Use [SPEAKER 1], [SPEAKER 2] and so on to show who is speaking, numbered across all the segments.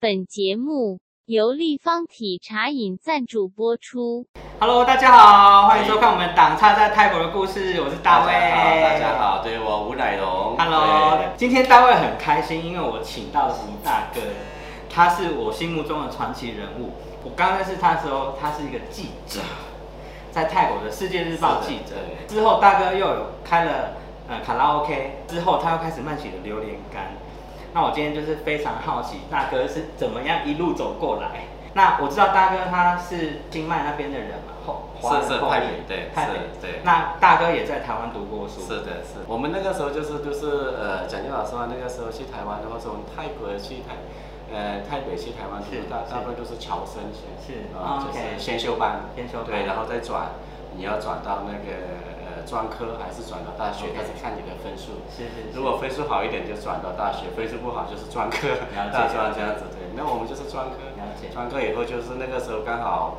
[SPEAKER 1] 本节目由立方体茶饮赞助播出。
[SPEAKER 2] Hello，大家好，欢迎收看我们《党差在泰国的故事》，我是大卫。
[SPEAKER 3] 哎大家好，对我吴乃龙。
[SPEAKER 2] Hello，
[SPEAKER 3] 对
[SPEAKER 2] 今天大卫很开心，因为我请到吴大哥，他是我心目中的传奇人物。我刚认识他的时候，他是一个记者，在泰国的《世界日报》记者。之后，大哥又有开了呃卡拉 OK，之后他又开始慢起了榴莲干。那我今天就是非常好奇，大哥是怎么样一路走过来？那我知道大哥他是清迈那边的人嘛，后华人
[SPEAKER 3] 是是
[SPEAKER 2] 后裔
[SPEAKER 3] 泰北对
[SPEAKER 2] 泰
[SPEAKER 3] 是
[SPEAKER 2] 北
[SPEAKER 3] 对
[SPEAKER 2] 那大哥也在台湾读过书，
[SPEAKER 3] 是的，是我们那个时候就是就是呃，讲句老实话，那个时候去台湾的话，从泰国去台，呃，泰北去台湾读
[SPEAKER 2] 是，
[SPEAKER 3] 大
[SPEAKER 2] 是
[SPEAKER 3] 大部分都是侨生先，
[SPEAKER 2] 是哦
[SPEAKER 3] 啊，就
[SPEAKER 2] OK
[SPEAKER 3] 是先修班，
[SPEAKER 2] 先修班
[SPEAKER 3] 对，然后再转，你要转到那个呃专科还是转到大学
[SPEAKER 2] OK，
[SPEAKER 3] 但是看你的分数。
[SPEAKER 2] 是是是
[SPEAKER 3] 如果分数好一点就转到大学，分数不好就是专科
[SPEAKER 2] 了解，
[SPEAKER 3] 大专这样子对。那我们就是专科
[SPEAKER 2] 了解，
[SPEAKER 3] 专科以后就是那个时候刚好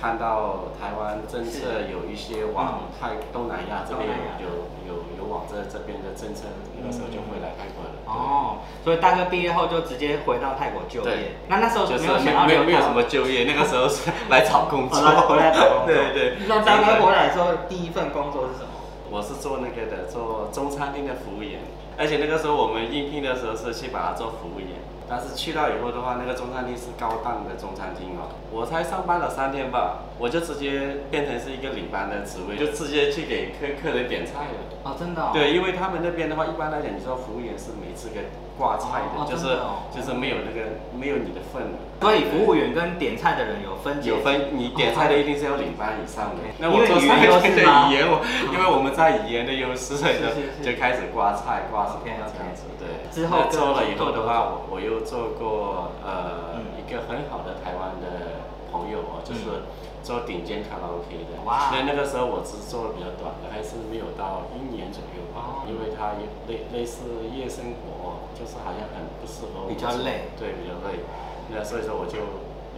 [SPEAKER 3] 看到台湾政策
[SPEAKER 2] 是
[SPEAKER 3] 有一些
[SPEAKER 2] 嗯
[SPEAKER 3] 往泰东南亚这
[SPEAKER 2] 东
[SPEAKER 3] 边
[SPEAKER 2] 南亚
[SPEAKER 3] 有有有有往这这边的政策，那个时候就回来泰国了。对
[SPEAKER 2] 哦，所以大哥毕业后就直接回到泰国就业
[SPEAKER 3] 对。
[SPEAKER 2] 那那时候
[SPEAKER 3] 就
[SPEAKER 2] 没
[SPEAKER 3] 是
[SPEAKER 2] 有想
[SPEAKER 3] 没有
[SPEAKER 2] 要
[SPEAKER 3] 没有
[SPEAKER 2] 留
[SPEAKER 3] 没有
[SPEAKER 2] 台
[SPEAKER 3] 什
[SPEAKER 2] 湾
[SPEAKER 3] 么就业，那个时候是来找工作，
[SPEAKER 2] 哦来回来找工作
[SPEAKER 3] 对对。
[SPEAKER 2] 那大哥回来的时候第一份工作是什么？
[SPEAKER 3] 我是做那个的，做中餐厅的服务员，而且那个时候我们应聘的时候是去把它做服务员，但是去到以后的话，那个中餐厅是高档的中餐厅哦，我才上班了三天吧，我就直接变成是一个领班的职位，就直接去给客客人点菜了。
[SPEAKER 2] 哦，真的、哦。
[SPEAKER 3] 对，因为他们那边的话，一般来讲，你知道服务员是没资格挂菜的，
[SPEAKER 2] 哦哦
[SPEAKER 3] 就是、
[SPEAKER 2] 真的哦
[SPEAKER 3] 就是没有那个没有你的份了。
[SPEAKER 2] 所以服务员跟点菜的人有分界
[SPEAKER 3] 有分，你点菜的一定是要领班以上的
[SPEAKER 2] OK。因
[SPEAKER 3] 那
[SPEAKER 2] 为
[SPEAKER 3] 我做
[SPEAKER 2] 语
[SPEAKER 3] 三
[SPEAKER 2] 言
[SPEAKER 3] 天
[SPEAKER 2] 优
[SPEAKER 3] 的
[SPEAKER 2] 势吗
[SPEAKER 3] 语言，我因为我们在语言的优势，所
[SPEAKER 2] 是
[SPEAKER 3] 以
[SPEAKER 2] 是是
[SPEAKER 3] 就就开始挂菜挂什么
[SPEAKER 2] OK，OK
[SPEAKER 3] 这样子。对，
[SPEAKER 2] 之后
[SPEAKER 3] 那做了
[SPEAKER 2] 跟
[SPEAKER 3] 以后的
[SPEAKER 2] 做
[SPEAKER 3] 话，我我又做过呃
[SPEAKER 2] 嗯
[SPEAKER 3] 一个很好的台湾的朋友哦，就是
[SPEAKER 2] 嗯
[SPEAKER 3] 做顶尖卡拉 OK 的。
[SPEAKER 2] 哇
[SPEAKER 3] 那那个时候我只做的比较短的，还是没有到一年左右
[SPEAKER 2] 哦
[SPEAKER 3] 吧，因为它也类类似夜生活，就是好像很不适合我。
[SPEAKER 2] 比较累
[SPEAKER 3] 对，比较累。那所以说我就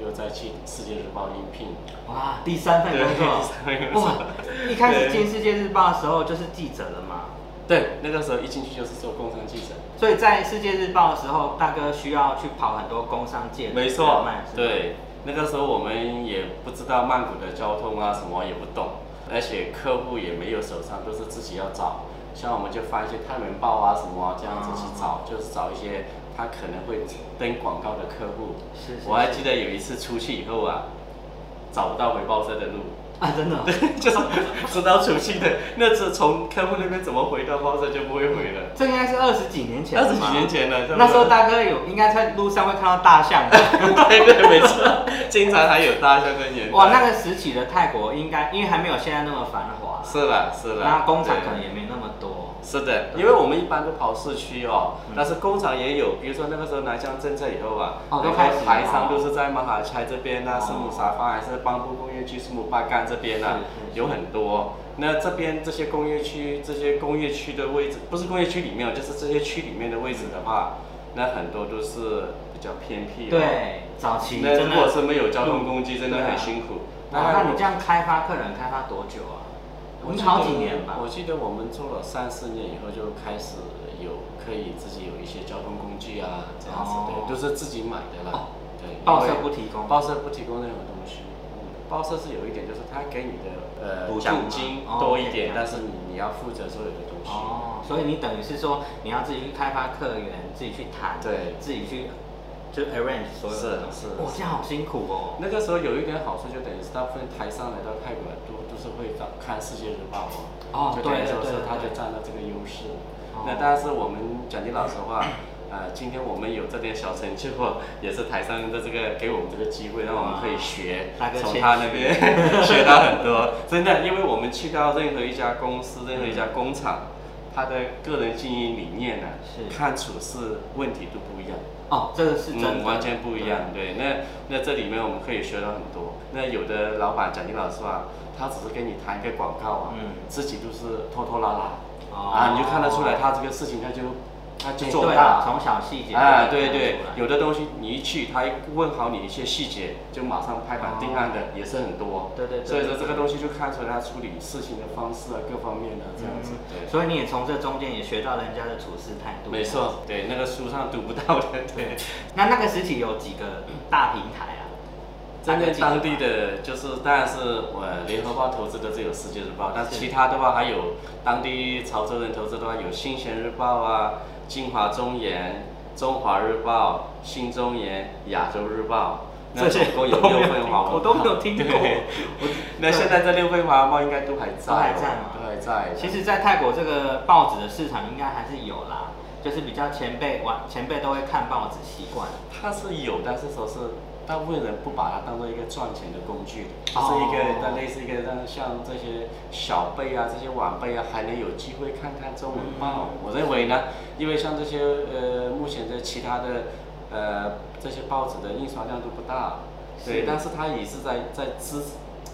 [SPEAKER 3] 又再去《世界日报》应聘。
[SPEAKER 2] 哇，第三份工作。
[SPEAKER 3] 对第三份 工
[SPEAKER 2] 哇
[SPEAKER 3] 作，
[SPEAKER 2] 一开始
[SPEAKER 3] 对
[SPEAKER 2] 进《世界日报》的时候就是记者了嘛，
[SPEAKER 3] 对，那个时候一进去就是做工商记者。
[SPEAKER 2] 所以在《世界日报》的时候，大哥需要去跑很多工商界的
[SPEAKER 3] 没
[SPEAKER 2] 人
[SPEAKER 3] 错
[SPEAKER 2] 脉，是吧，
[SPEAKER 3] 对，那个时候我们也不知道曼谷的交通啊，什么也不懂，而且客户也没有手上，都是自己要找。像我们就翻一些泰文报啊，什么啊这样子去
[SPEAKER 2] 哦
[SPEAKER 3] 找，就是找一些他可能会登广告的客户。
[SPEAKER 2] 是是
[SPEAKER 3] 我还
[SPEAKER 2] 是
[SPEAKER 3] 记得有一次出去以后啊，找不到回报车的路。
[SPEAKER 2] 啊，真的 哦、
[SPEAKER 3] 就是知道出去的，那是从客户那边怎么回到报社就不会回了。
[SPEAKER 2] 这应该是二十几年前了
[SPEAKER 3] 二
[SPEAKER 2] 吧，
[SPEAKER 3] 十几年前了，对不对
[SPEAKER 2] 那时候大哥有应该在路上会看到大象吧。
[SPEAKER 3] 对对没错，经常还有大象跟盐。
[SPEAKER 2] 哇，那个时期的泰国应该因为还没有现在那么繁华，
[SPEAKER 3] 是了是了，
[SPEAKER 2] 那工厂
[SPEAKER 3] 对
[SPEAKER 2] 可能也没那么多。
[SPEAKER 3] 是的，因为我们一般都跑市区哦
[SPEAKER 2] 嗯，
[SPEAKER 3] 但是工厂也有，比如说那个时候南疆政策以后啊，
[SPEAKER 2] 哦都
[SPEAKER 3] 那个
[SPEAKER 2] 开始了
[SPEAKER 3] 台商都是在马哈差这边啊，
[SPEAKER 2] 哦
[SPEAKER 3] 斯姆沙发还是邦布工业区、斯姆巴干这边啊，
[SPEAKER 2] 是是
[SPEAKER 3] 有很多。那这边这些工业区、这些工业区的位置，不是工业区里面哦，就是这些区里面的位置的话，那很多都是比较偏僻、哦。。
[SPEAKER 2] 对，早期
[SPEAKER 3] 那
[SPEAKER 2] 真
[SPEAKER 3] 如果
[SPEAKER 2] 的。
[SPEAKER 3] 是没有交通工具，真的很辛苦。
[SPEAKER 2] 哇，那你这样开发客人开发多久啊？
[SPEAKER 3] 我
[SPEAKER 2] 你
[SPEAKER 3] 记得
[SPEAKER 2] 好几年吧
[SPEAKER 3] 我？记得我们做了三四年以后，就开始有可以自己有一些交通工具啊，这样子
[SPEAKER 2] 哦
[SPEAKER 3] 对，都是自己买的
[SPEAKER 2] 哦
[SPEAKER 3] 啦。对，
[SPEAKER 2] 报社
[SPEAKER 3] 因为
[SPEAKER 2] 不提供
[SPEAKER 3] 报社不提供任何东西。嗯报社是有一点，就是他给你的
[SPEAKER 2] 补助嘛
[SPEAKER 3] 呃奖金
[SPEAKER 2] 哦
[SPEAKER 3] 多
[SPEAKER 2] 给
[SPEAKER 3] 一
[SPEAKER 2] 奖
[SPEAKER 3] 点，但是你你要负责所有的东西。
[SPEAKER 2] 哦，所以你等于是说你要自己去开发客源，自己去谈，
[SPEAKER 3] 对
[SPEAKER 2] 自己去就 arrange 所有的东西。
[SPEAKER 3] 是是
[SPEAKER 2] 哇，这样好辛苦哦。
[SPEAKER 3] 那个时候有一点好处，就等于是大部分台商来到泰国都都是会找看《世界日报》
[SPEAKER 2] 哦
[SPEAKER 3] 哦，就等
[SPEAKER 2] 对
[SPEAKER 3] 于说
[SPEAKER 2] 对对
[SPEAKER 3] 是他
[SPEAKER 2] 对
[SPEAKER 3] 就占了这个优势。
[SPEAKER 2] 哦
[SPEAKER 3] 那但是我们讲句老实话，呃，今天我们有这点小成就，也是台商的这个给我们这个机会，让我们可以学
[SPEAKER 2] 大哥，谦
[SPEAKER 3] 从
[SPEAKER 2] 虚
[SPEAKER 3] 他那边 学到很多。真的，因为我们去到任何一家公司、任何一家工厂，他的个人经营理念呢、
[SPEAKER 2] 是
[SPEAKER 3] 看处事问题都不一样。
[SPEAKER 2] 哦，这个是真
[SPEAKER 3] 嗯，
[SPEAKER 2] 的，
[SPEAKER 3] 完全不一样。对，那那这里面我们可以学到很多。那有的老板讲句老实话，他只是跟你谈一个广告啊，
[SPEAKER 2] 嗯
[SPEAKER 3] 啊自己就是拖拖拉拉、
[SPEAKER 2] 哦
[SPEAKER 3] 啊，你就看得出来他这个事情他就他就
[SPEAKER 2] 哎
[SPEAKER 3] 做
[SPEAKER 2] 对啊，
[SPEAKER 3] 大
[SPEAKER 2] 从小细节
[SPEAKER 3] 啊，
[SPEAKER 2] 就可以看得
[SPEAKER 3] 对对
[SPEAKER 2] 出来，
[SPEAKER 3] 有的东西你一去，他问好你一些细节，就马上拍板定案的也是很多。
[SPEAKER 2] 对对对
[SPEAKER 3] 所以说这个东西就看出来他处理事情的方式啊，各方面的
[SPEAKER 2] 嗯
[SPEAKER 3] 这样子。对，
[SPEAKER 2] 所以你也从这中间也学到人家的处事态度。
[SPEAKER 3] 没。错，对，那个书上读不到的，对。
[SPEAKER 2] 那那个时期有几个大平台啊？
[SPEAKER 3] 真正当地的就是，当然是我联合报投资的这有《世界日报》，但是
[SPEAKER 2] 是
[SPEAKER 3] 其他的话还有当地潮州人投资的话有《新贤日报》啊，《金华中研》《中华日报》《新中研》《亚洲日报》，那总共有六份华文
[SPEAKER 2] 我都没有听过。
[SPEAKER 3] 对
[SPEAKER 2] 我
[SPEAKER 3] 那现在这六份华文报应该都还在
[SPEAKER 2] 都
[SPEAKER 3] 哦，
[SPEAKER 2] 还在吗
[SPEAKER 3] 都还在。
[SPEAKER 2] 其实，在泰国这个报纸的市场应该还是有啦，就是比较前辈晚前辈都会看报纸习惯。
[SPEAKER 3] 它是有，但是说是大部分人不把它当做一个赚钱的工具，就
[SPEAKER 2] 哦
[SPEAKER 3] 是一个但类似一个让像这些小辈啊、这些晚辈啊，还能有机会看看中文报。
[SPEAKER 2] 嗯
[SPEAKER 3] 我认为呢，因为像这些呃，目前的其他的呃这些报纸的印刷量都不大，对，
[SPEAKER 2] 是
[SPEAKER 3] 但是它也是在在支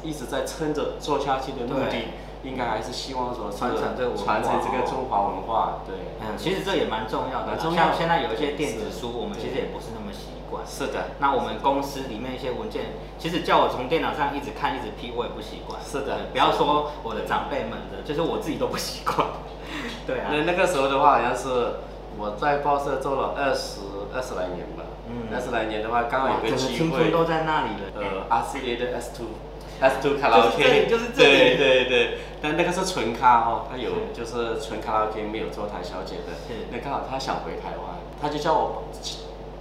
[SPEAKER 3] 一直在撑着做下去的目
[SPEAKER 2] 对。
[SPEAKER 3] 的应该还是希望说是
[SPEAKER 2] 传承这个文化
[SPEAKER 3] 传承这个
[SPEAKER 2] 哦
[SPEAKER 3] 中华文化，对，
[SPEAKER 2] 嗯，其实这也蛮重要的啦。
[SPEAKER 3] 蛮重要
[SPEAKER 2] 像
[SPEAKER 3] 的
[SPEAKER 2] 现在有一些电子书，
[SPEAKER 3] 是
[SPEAKER 2] 我们其实也不是那么习惯。
[SPEAKER 3] 是的，
[SPEAKER 2] 那我们公司里面一些文件，其实叫我从电脑上一直看一直批，我也不习惯。
[SPEAKER 3] 是
[SPEAKER 2] 对
[SPEAKER 3] 的
[SPEAKER 2] 不要说我的长辈们的，就是我自己都不习惯。 对啊，
[SPEAKER 3] 那那个时候的话，好像是我在报社做了二十二十来年吧，
[SPEAKER 2] 嗯
[SPEAKER 3] 二十来年的话，刚好有
[SPEAKER 2] 哇
[SPEAKER 3] 个
[SPEAKER 2] 整个
[SPEAKER 3] 机
[SPEAKER 2] 青春
[SPEAKER 3] 会，
[SPEAKER 2] 都在那里了。
[SPEAKER 3] 呃，RCA 的 S two。S two 卡拉 OK，
[SPEAKER 2] 就是这里就是这里
[SPEAKER 3] 对对对，但那个是纯咖哦，他有
[SPEAKER 2] 是
[SPEAKER 3] 就是纯卡拉 OK 没有做台小姐的
[SPEAKER 2] 是，
[SPEAKER 3] 那刚好他想回台湾，他就叫我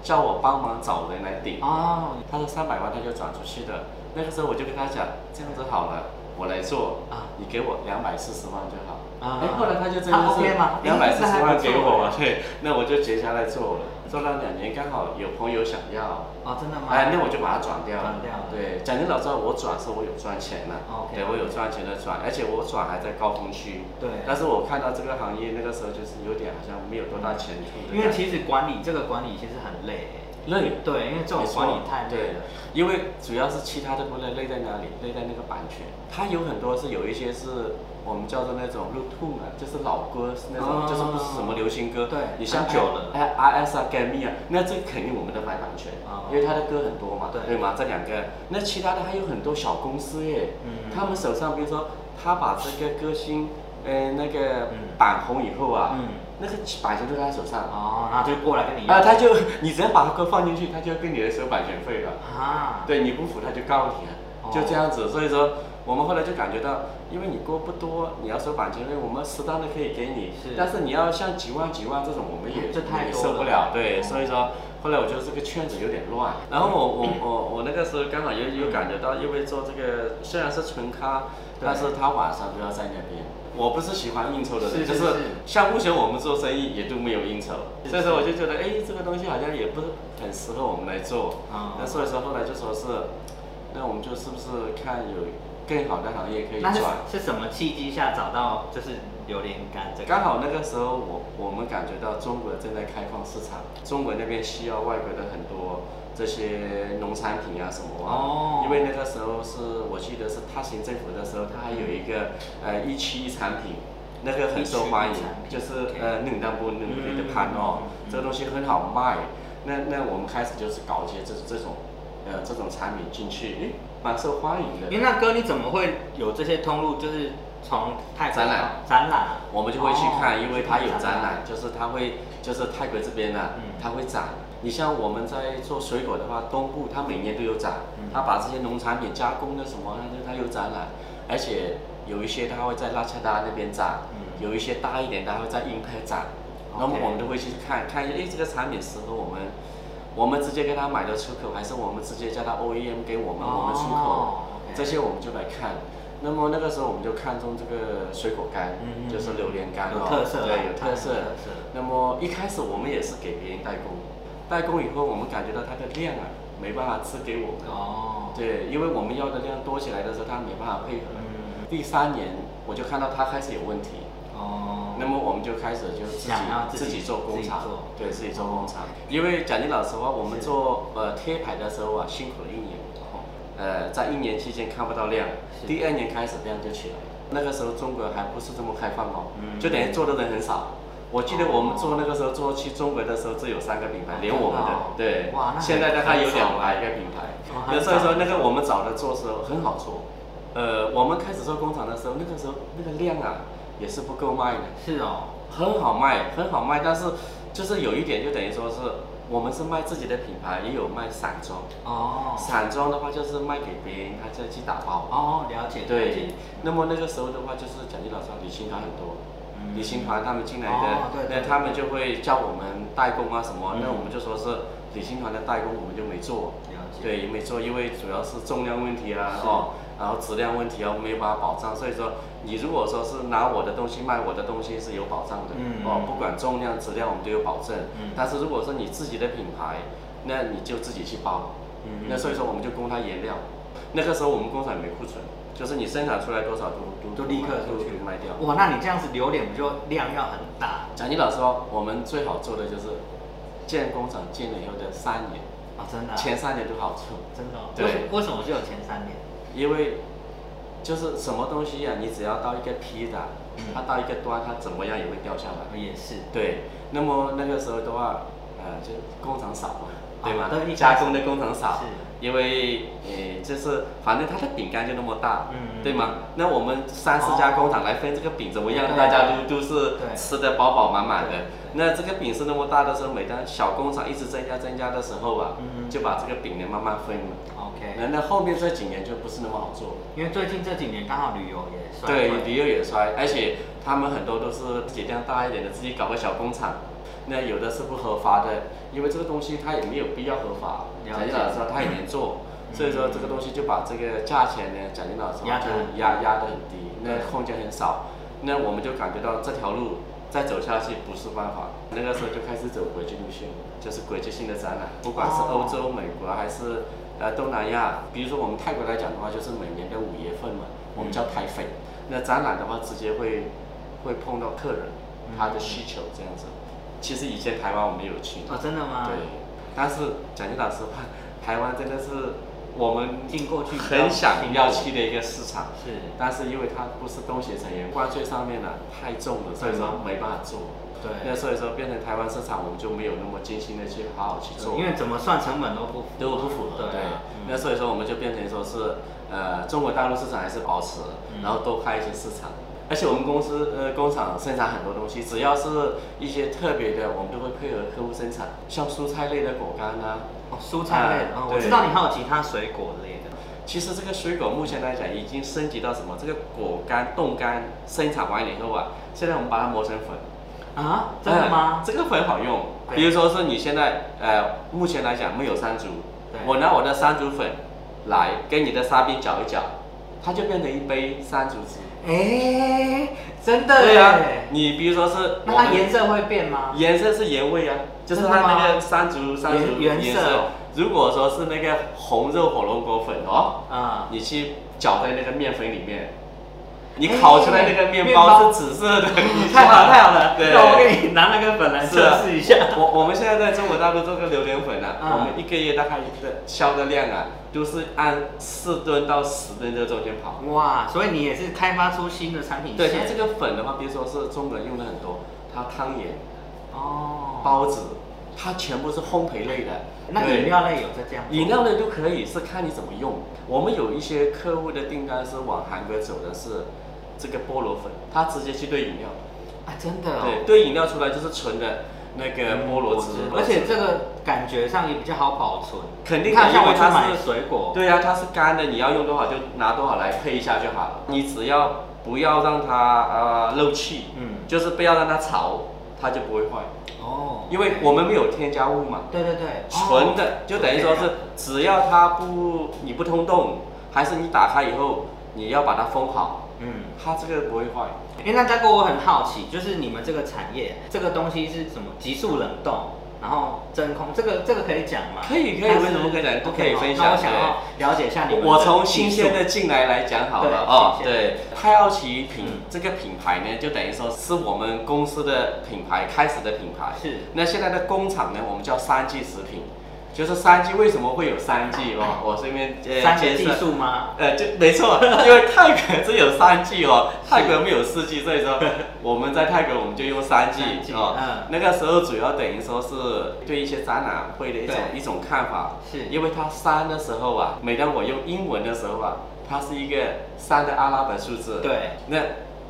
[SPEAKER 3] 叫我帮忙找人来顶，
[SPEAKER 2] 哦
[SPEAKER 3] 他说三百万他就转出去的，那个时候我就跟他讲，这样子好了，我来做，
[SPEAKER 2] 啊
[SPEAKER 3] 你给我两百四十万就好。
[SPEAKER 2] 啊
[SPEAKER 3] 哎，后来他就真
[SPEAKER 2] 他
[SPEAKER 3] 的
[SPEAKER 2] OK 吗
[SPEAKER 3] 是两百四十万给
[SPEAKER 2] 哎那还
[SPEAKER 3] 我
[SPEAKER 2] 不，错
[SPEAKER 3] 对，那我就接下来做了，做了两年，刚好有朋友想要，
[SPEAKER 2] 哦，真的吗？
[SPEAKER 3] 哎，那我就把它转掉
[SPEAKER 2] 转
[SPEAKER 3] 了。
[SPEAKER 2] 掉了哦
[SPEAKER 3] 对，讲真老实话，我转是我有赚钱了
[SPEAKER 2] OK
[SPEAKER 3] 对我有赚钱的转，而且我转还在高峰区。
[SPEAKER 2] 对
[SPEAKER 3] 但是我看到这个行业那个时候就是有点好像没有多大前途的感觉，
[SPEAKER 2] 因为其实管理这个管理其实很累。
[SPEAKER 3] 累。
[SPEAKER 2] 对，因为这种
[SPEAKER 3] 没错
[SPEAKER 2] 管理太累了。
[SPEAKER 3] 对，因为主要是其他的不累，累在哪里？累在那个版权，它有很多是有一些是我们叫做那种 r o u t u 啊，就是老歌是那
[SPEAKER 2] 哦
[SPEAKER 3] 种，就是不是什么流行歌。
[SPEAKER 2] 对
[SPEAKER 3] 你像
[SPEAKER 2] 很久了
[SPEAKER 3] 哎 R S 啊 g a m i 啊，那这个肯定我们的买版权，
[SPEAKER 2] 哦
[SPEAKER 3] 因为他的歌很多嘛，
[SPEAKER 2] 对
[SPEAKER 3] 吗？这两个，那其他的还有很多小公司耶，
[SPEAKER 2] 嗯
[SPEAKER 3] 他们手上比如说他把这个歌星，呃，那个
[SPEAKER 2] 嗯
[SPEAKER 3] 版红以后啊，
[SPEAKER 2] 嗯
[SPEAKER 3] 那个版权就在他手上。啊
[SPEAKER 2] 哦，然后就过来跟你
[SPEAKER 3] 啊，他就你只要把歌放进去，他就跟你的收版权费了。
[SPEAKER 2] 啊，
[SPEAKER 3] 对你不服他就告你啊，
[SPEAKER 2] 哦
[SPEAKER 3] 就这样子。所以说我们后来就感觉到，因为你歌不多，你要收版权费，我们适当的可以给你，
[SPEAKER 2] 是
[SPEAKER 3] 但是你要像几万几万这种，我们也
[SPEAKER 2] 这太
[SPEAKER 3] 也
[SPEAKER 2] 多
[SPEAKER 3] 受
[SPEAKER 2] 了
[SPEAKER 3] 不了。对，所以说后来我觉得这个圈子有点乱。然后我我我
[SPEAKER 2] 嗯
[SPEAKER 3] 我那个时候刚好又又感觉到，因为做这个虽然是纯咖，
[SPEAKER 2] 对
[SPEAKER 3] 但是他晚上都要在那边。我不是喜欢应酬的
[SPEAKER 2] 是是
[SPEAKER 3] 人，就是像目前我们做生意也都没有应酬，
[SPEAKER 2] 是
[SPEAKER 3] 所以说我就觉得，哎，这个东西好像也不是很适合我们来做。
[SPEAKER 2] 哦
[SPEAKER 3] 那所以说后来就说是，那我们就是不是看有更好的行业可以
[SPEAKER 2] 那是
[SPEAKER 3] 转？
[SPEAKER 2] 是什么契机下找到就是榴莲干这个？
[SPEAKER 3] 刚好那个时候我我们感觉到中国正在开放市场，中国那边需要外国的很多这些农产品啊什么啊。
[SPEAKER 2] 哦
[SPEAKER 3] 因为那个时候是我记得是他行政府的时候，他还有一个呃一区一产品。那个很受欢迎
[SPEAKER 2] 一区一产，品
[SPEAKER 3] 就是
[SPEAKER 2] ，OK
[SPEAKER 3] 呃冷淡不冷
[SPEAKER 2] 嗯
[SPEAKER 3] 的盘
[SPEAKER 2] 嗯
[SPEAKER 3] 哦
[SPEAKER 2] 嗯，嗯
[SPEAKER 3] 这个东西很好卖。那那我们开始就是搞一些这这种呃这种产品进去，诶，蛮受欢迎的。
[SPEAKER 2] 哎，那哥你怎么会有这些通路？就是从泰国
[SPEAKER 3] 展览
[SPEAKER 2] 展览啊，
[SPEAKER 3] 我们就会去看，
[SPEAKER 2] 哦
[SPEAKER 3] 因为它有展览，就是它会，就是泰国这边呢、
[SPEAKER 2] 嗯
[SPEAKER 3] 它会展。你像我们在做水果的话，东部它每年都有展
[SPEAKER 2] 嗯，
[SPEAKER 3] 它把这些农产品加工的什么，它它有展览，而且有一些它会在拉恰达那边展，
[SPEAKER 2] 嗯
[SPEAKER 3] 有一些大一点它会在英泰展，
[SPEAKER 2] OK
[SPEAKER 3] 那么我们都会去看看，哎，这个产品适合我们，我们直接跟他买到出口，还是我们直接叫他 OEM 给我们，我们出口
[SPEAKER 2] 哦，，OK
[SPEAKER 3] 这些我们就来看。那么那个时候我们就看中这个水果干，
[SPEAKER 2] 嗯嗯
[SPEAKER 3] 就是榴莲干
[SPEAKER 2] 有
[SPEAKER 3] 哦，
[SPEAKER 2] 特色啊
[SPEAKER 3] 对，有特色
[SPEAKER 2] 有特色。
[SPEAKER 3] 那么一开始我们也是给别人代工，代工以后我们感觉到它的量啊没办法吃给我们，
[SPEAKER 2] 哦，
[SPEAKER 3] 对，因为我们要的量多起来的时候，它没办法配合。
[SPEAKER 2] 嗯，
[SPEAKER 3] 第三年我就看到它开始有问题，
[SPEAKER 2] 哦，
[SPEAKER 3] 那么我们就开始就自己
[SPEAKER 2] 想要自己
[SPEAKER 3] 自己做工厂
[SPEAKER 2] 自己做，
[SPEAKER 3] 对，自己做工厂。因为讲句老实话，我们做呃贴牌的时候啊，辛苦了一年。呃，在一年期间看不到量，
[SPEAKER 2] 是
[SPEAKER 3] 第二年开始量就起来了。那个时候中国还不是这么开放哦，
[SPEAKER 2] 嗯
[SPEAKER 3] 就等于做的人很少。我记得我们做那个时候做去中国的时候，只有三个品牌，连我们的
[SPEAKER 2] 哦
[SPEAKER 3] 对
[SPEAKER 2] 哇那，很
[SPEAKER 3] 现在的它有
[SPEAKER 2] 很早
[SPEAKER 3] 两百个品牌。
[SPEAKER 2] 哦很
[SPEAKER 3] 那时候
[SPEAKER 2] 早
[SPEAKER 3] 说那个我们找的做时候很好做，呃，我们开始做工厂的时候，那个时候那个量啊也是不够卖的，
[SPEAKER 2] 是哦，
[SPEAKER 3] 很好卖，很好卖，但是就是有一点就等于说是我们是卖自己的品牌，也有卖散装，
[SPEAKER 2] 哦，
[SPEAKER 3] 散装的话就是卖给别人，他再去打包。
[SPEAKER 2] 哦，了解，了
[SPEAKER 3] 对
[SPEAKER 2] 解，
[SPEAKER 3] 那么那个时候的话就是讲句老实话，旅行团很多。
[SPEAKER 2] 嗯
[SPEAKER 3] 旅行团他们进来的，
[SPEAKER 2] 哦对对
[SPEAKER 3] 那他们就会叫我们代工啊什么，
[SPEAKER 2] 嗯
[SPEAKER 3] 那我们就说是旅行团的代工，我们就没做，
[SPEAKER 2] 了解，
[SPEAKER 3] 对，没做，因为主要是重量问题啊，
[SPEAKER 2] 是
[SPEAKER 3] 哦，然后质量问题啊，我没有办法保障，所以说你如果说是拿我的东西卖我的东西是有保障的，
[SPEAKER 2] 嗯
[SPEAKER 3] 哦，不管重量质量我们都有保证，
[SPEAKER 2] 嗯
[SPEAKER 3] 但是如果是你自己的品牌，那你就自己去包，
[SPEAKER 2] 嗯
[SPEAKER 3] 那所以说我们就供他原料，那个时候我们工厂也没库存，就是你生产出来多少都
[SPEAKER 2] 就
[SPEAKER 3] 都
[SPEAKER 2] 立刻
[SPEAKER 3] 都
[SPEAKER 2] 出去
[SPEAKER 3] 都卖掉。
[SPEAKER 2] 哇，那你这样子榴莲不就量要很大
[SPEAKER 3] 讲句老实话，我们最好做的就是建工厂建了以后的三年，
[SPEAKER 2] 啊？真的啊，
[SPEAKER 3] 前三年都好做，
[SPEAKER 2] 真的哦，
[SPEAKER 3] 对
[SPEAKER 2] 为什为什么只有前三年？
[SPEAKER 3] 因为就是什么东西呀、你只要到一个批的啊
[SPEAKER 2] 嗯，
[SPEAKER 3] 它到一个端，它怎么样也会掉下来。
[SPEAKER 2] 哦也是，
[SPEAKER 3] 对，那么那个时候的话，呃，就是工厂少嘛，对
[SPEAKER 2] 啊
[SPEAKER 3] 吗？
[SPEAKER 2] 都一开始
[SPEAKER 3] 加工的工厂少，
[SPEAKER 2] 是
[SPEAKER 3] 因为呃，就是反正它的饼干就那么大，
[SPEAKER 2] 嗯
[SPEAKER 3] 对吗？那我们三四家工厂来分这个饼，怎么样？
[SPEAKER 2] 对
[SPEAKER 3] 大家都都是
[SPEAKER 2] 对
[SPEAKER 3] 吃的饱饱满满的
[SPEAKER 2] 对。
[SPEAKER 3] 那这个饼是那么大的时候，每当小工厂一直增加增加的时候啊，
[SPEAKER 2] 嗯
[SPEAKER 3] 就把这个饼呢慢慢分了。那
[SPEAKER 2] ，OK，
[SPEAKER 3] 那后面这几年就不是那么好做了。
[SPEAKER 2] 因为最近这几年刚好旅游也算
[SPEAKER 3] 对，
[SPEAKER 2] 会
[SPEAKER 3] 旅游也衰，而且他们很多都是自己量大一点的，自己搞个小工厂。那有的是不合法的，因为这个东西它也没有必要合法。
[SPEAKER 2] 了
[SPEAKER 3] 蒋
[SPEAKER 2] 解
[SPEAKER 3] 经老师他也能做，
[SPEAKER 2] 嗯
[SPEAKER 3] 所以说这个东西就把这个价钱呢，蒋经老师
[SPEAKER 2] 压得
[SPEAKER 3] 就
[SPEAKER 2] 很
[SPEAKER 3] 压压得很低，
[SPEAKER 2] 对
[SPEAKER 3] 那空间很少。那我们就感觉到这条路再走下去不是办法，那个时候就开始走国际路线，就是国际性的展览，不管是欧
[SPEAKER 2] 哦
[SPEAKER 3] 洲、美国啊还是呃东南亚，比如说我们泰国来讲的话，就是每年的五月份嘛，我们叫台北。
[SPEAKER 2] 嗯
[SPEAKER 3] 那展览的话，直接会会碰到客人
[SPEAKER 2] 嗯
[SPEAKER 3] 他的需求这样子。其实以前台湾我没有去，
[SPEAKER 2] 哦，真的吗？
[SPEAKER 3] 对，但是讲句老实话， 台湾真的是我们
[SPEAKER 2] 进过去
[SPEAKER 3] 很想要去的一个市场，
[SPEAKER 2] 是，
[SPEAKER 3] 但是因为它不是东协成员，关税上面呢、啊太重了，所以说没办法做。那
[SPEAKER 2] 对，
[SPEAKER 3] 所以说变成台湾市场，我们就没有那么精心的去好好去做，
[SPEAKER 2] 因为怎么算成本都不符，
[SPEAKER 3] 如果不符合，
[SPEAKER 2] 对
[SPEAKER 3] 对
[SPEAKER 2] 啊，嗯
[SPEAKER 3] 那所以说我们就变成说是，呃，中国大陆市场还是保持，
[SPEAKER 2] 嗯
[SPEAKER 3] 然后多开一些市场。而且我们公司呃工厂生产很多东西，只要是一些特别的，我们都会配合客户生产，像蔬菜类的果干啊呐、
[SPEAKER 2] 哦，蔬菜类的，
[SPEAKER 3] 啊
[SPEAKER 2] 哦，
[SPEAKER 3] 对
[SPEAKER 2] 我知道你还有其他水果类的，
[SPEAKER 3] 其实这个水果目前来讲已经升级到什么？这个果干、冻干生产完以后啊，现在我们把它磨成粉，
[SPEAKER 2] 啊，真的吗
[SPEAKER 3] 嗯？这个粉好用，
[SPEAKER 2] 对
[SPEAKER 3] 比如说是你现在呃，目前来讲没有山竹
[SPEAKER 2] 对，
[SPEAKER 3] 我拿我的山竹粉来跟你的沙冰搅一搅，它就变成一杯山竹汁。
[SPEAKER 2] 哎，真的耶
[SPEAKER 3] 啊，你比如说是
[SPEAKER 2] 那
[SPEAKER 3] 我
[SPEAKER 2] 它
[SPEAKER 3] 们
[SPEAKER 2] 颜色会变吗？
[SPEAKER 3] 颜色是原味啊，就是
[SPEAKER 2] 真的
[SPEAKER 3] 它
[SPEAKER 2] 吗
[SPEAKER 3] 那个山竹山竹
[SPEAKER 2] 原
[SPEAKER 3] 颜
[SPEAKER 2] 原色
[SPEAKER 3] 如果说是那个红肉火龙果粉哦，
[SPEAKER 2] 啊，
[SPEAKER 3] 你去搅在那个面粉里面，你
[SPEAKER 2] 哎
[SPEAKER 3] 烤出来那个面
[SPEAKER 2] 面
[SPEAKER 3] 包
[SPEAKER 2] 包
[SPEAKER 3] 是紫色 的，你
[SPEAKER 2] 太好了太
[SPEAKER 3] 了。
[SPEAKER 2] 好了，
[SPEAKER 3] 对
[SPEAKER 2] 那我给你拿那个粉来
[SPEAKER 3] 是啊
[SPEAKER 2] 测试一下。
[SPEAKER 3] 我我们现在在中国大陆做个榴莲粉啊，
[SPEAKER 2] 嗯
[SPEAKER 3] 我们一个月大概的销的量啊，都是按四吨到十吨这个中间跑。
[SPEAKER 2] 哇，所以你也是开发出新的产品
[SPEAKER 3] 对，它这
[SPEAKER 2] 线
[SPEAKER 3] 个粉的话，比如说是中国人用的很多，它汤圆、
[SPEAKER 2] 哦，
[SPEAKER 3] 包子，它全部是烘焙类的。
[SPEAKER 2] 那
[SPEAKER 3] 对
[SPEAKER 2] 饮料类有在这样做吗？
[SPEAKER 3] 饮料类都可以，是看你怎么用。我们有一些客户的订单是往韩国走的是这个菠萝粉，他直接去兑饮料，
[SPEAKER 2] 啊，真的
[SPEAKER 3] 对，
[SPEAKER 2] 哦，
[SPEAKER 3] 兑饮料出来就是纯的那个
[SPEAKER 2] 嗯
[SPEAKER 3] 菠萝汁，
[SPEAKER 2] 而且这个感觉上也比较好保存。
[SPEAKER 3] 肯定
[SPEAKER 2] 你看，
[SPEAKER 3] 的因
[SPEAKER 2] 像
[SPEAKER 3] 为
[SPEAKER 2] 我去
[SPEAKER 3] 它
[SPEAKER 2] 买
[SPEAKER 3] 是
[SPEAKER 2] 水果，
[SPEAKER 3] 对呀、它是干的，你要用多少就拿多少来配一下就好了。你只要不要让它啊、漏气，
[SPEAKER 2] 嗯，
[SPEAKER 3] 就是不要让它潮，它就不会坏。
[SPEAKER 2] 哦，
[SPEAKER 3] 因为我们没有添加物嘛，
[SPEAKER 2] 对对对，
[SPEAKER 3] 纯
[SPEAKER 2] 哦
[SPEAKER 3] 的就等于说是只要它不你不通洞，还是你打开以后你要把它封好，
[SPEAKER 2] 嗯。
[SPEAKER 3] 它这个不会坏。
[SPEAKER 2] 哎，那大哥，我很好奇，就是你们这个产业，这个东西是什么？急速冷冻，然后真空，这个这个可以讲吗？
[SPEAKER 3] 可以可以
[SPEAKER 2] 它是
[SPEAKER 3] 为什么可以讲都可以
[SPEAKER 2] OK，好
[SPEAKER 3] 分享
[SPEAKER 2] 那我想要了解一下你们的
[SPEAKER 3] 我从新
[SPEAKER 2] 技术
[SPEAKER 3] 鲜的进来来讲好了
[SPEAKER 2] 对
[SPEAKER 3] 哦，
[SPEAKER 2] 新鲜
[SPEAKER 3] 对，太奥奇品、
[SPEAKER 2] 嗯
[SPEAKER 3] 这个品牌呢，就等于说是我们公司的品牌开始的品牌。
[SPEAKER 2] 是
[SPEAKER 3] 那现在的工厂呢，我们叫三季食品，就是三季为什么会有三季哦？我顺便呃
[SPEAKER 2] 嗯三
[SPEAKER 3] 介
[SPEAKER 2] 个技
[SPEAKER 3] 绍
[SPEAKER 2] 术吗？
[SPEAKER 3] 呃，就没错，因为泰国只有三 季哦，泰国没有四季，所以说我们在泰国我们就用三季
[SPEAKER 2] 三季
[SPEAKER 3] 哦。
[SPEAKER 2] 嗯
[SPEAKER 3] 那个时候主要等于说是对一些展览会的一种
[SPEAKER 2] 对
[SPEAKER 3] 一种看法，
[SPEAKER 2] 是
[SPEAKER 3] 因为它三的时候啊，每当我用英文的时候啊，它是一个三的阿拉伯数字，，
[SPEAKER 2] 对，
[SPEAKER 3] 那